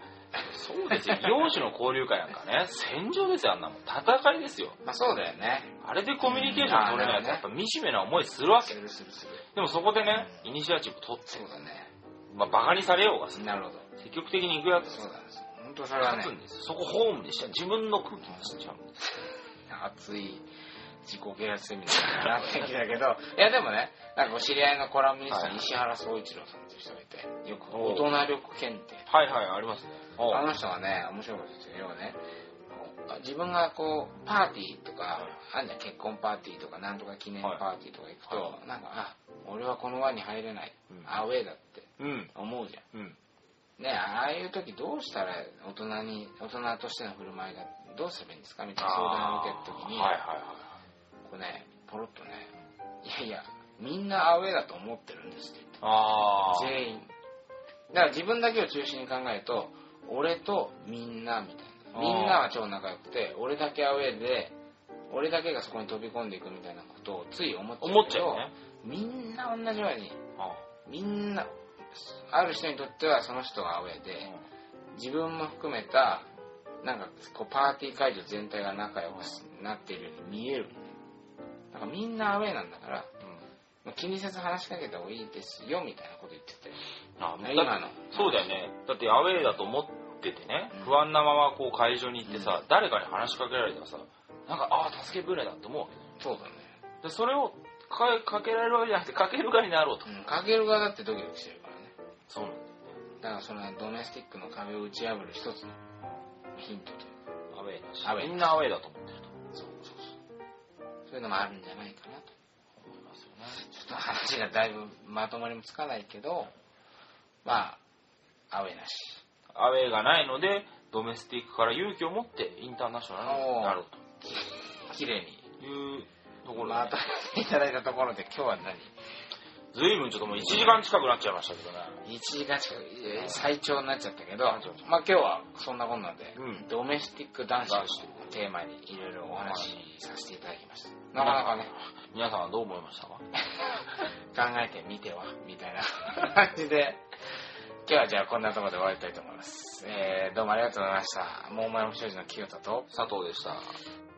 B: そうです よ幼児の交流会なんかね戦場ですよあんなもん戦いですよ
A: まあそうだよね
B: あれでコミュニケーション取れないとやっぱ惨めな思いするわけ
A: するするする
B: でもそこでねイニシアチブ取って
A: そうだね
B: まあバカにされようがさ
A: なるほど
B: 積極的に行くやつ
A: そうだね本当それはね
B: 勝つんですよそこホームにしちゃう自分の空気にしちゃうんです
A: 熱い自己啓発セミナーになってきたけ どいやでもねなんかお知り合いのコラムニスト
B: はい
A: に石原総一郎さんっていう人がいてよく大人力検定
B: はいはいありますねおう
A: あの人がね面白いこと言ってるよ要はね自分がこうパーティーとか、あんじゃん結婚パーティーとかなんとか記念パーティーとか行くと、
B: は
A: なんかあ俺はこの輪に入れない、
B: うん
A: アウェーだって
B: うん
A: 思うじゃ
B: うん
A: んねああいう時どうしたら大人に大人としての振る舞いがどうすればいいんですかみたいな相談を受けた時に、
B: はいはいは
A: こうねポロッとね「いやいやみんなアウェーだと思ってるんです」って言って
B: いああ
A: 全員だから自分だけを中心に考えると俺とみんなみたい
B: あ
A: な
B: ー
A: みんなは超仲良くて俺だけアウェーで俺だけがそこに飛び込んでいくみたいなことをつい思っちゃうけど
B: 思っちゃうよね
A: みんな同じように
B: あ
A: みんなある人にとってはその人がアウェーで自分も含めたなんかこうパーティー会場全体が仲良くなってるように見えるなんかみんなアウェーなんだから
B: うん
A: まあ気にせず話しかけた方がいいですよみたいなこと言ってて
B: あだ
A: 今の
B: そうだよねだってアウェイだと思っててね
A: うん
B: 不安なままこう会場に行ってさ誰かに話しかけられたらさなんかああ助け舟だって思うわけだよ
A: そうだね
B: でそれをかかけられるわけじゃなくてかける側になろうと
A: うん、かける側だってドキドキしてるからね。
B: そうなんだよね
A: だからそのドメスティックの壁を打ち破る一つのヒントというか
B: アウェイだし
A: アウェイ
B: みんなアウェイだと思ってると
A: そうそうそうそういうのもあるんじゃないかなと
B: 思いますよね
A: ちょっと話がだいぶまとまりもつかないけどまあアウェイなし
B: アウェイがないのでドメスティックから勇気を持ってインターナショナルになる
A: 綺麗に
B: というところで、
A: まとめていただいたところで今日は何
B: ずいぶんちょっともう1時間近くなっちゃいましたけどね
A: 1時間近くいや最長になっちゃったけど
B: なっちゃった
A: まあ今日はそんなこんなんで、
B: うん
A: ドメスティック男子を
B: 男子
A: テーマにいろいろお話しさせていただきましたなかなかね
B: 皆さんはどう思いました
A: 考
B: か
A: えてみてはみたいな 感じで今日はじゃあこんなところで終わりたいと思います、えーどうもありがとうございました桃山不祥事の清田と
B: 佐藤でした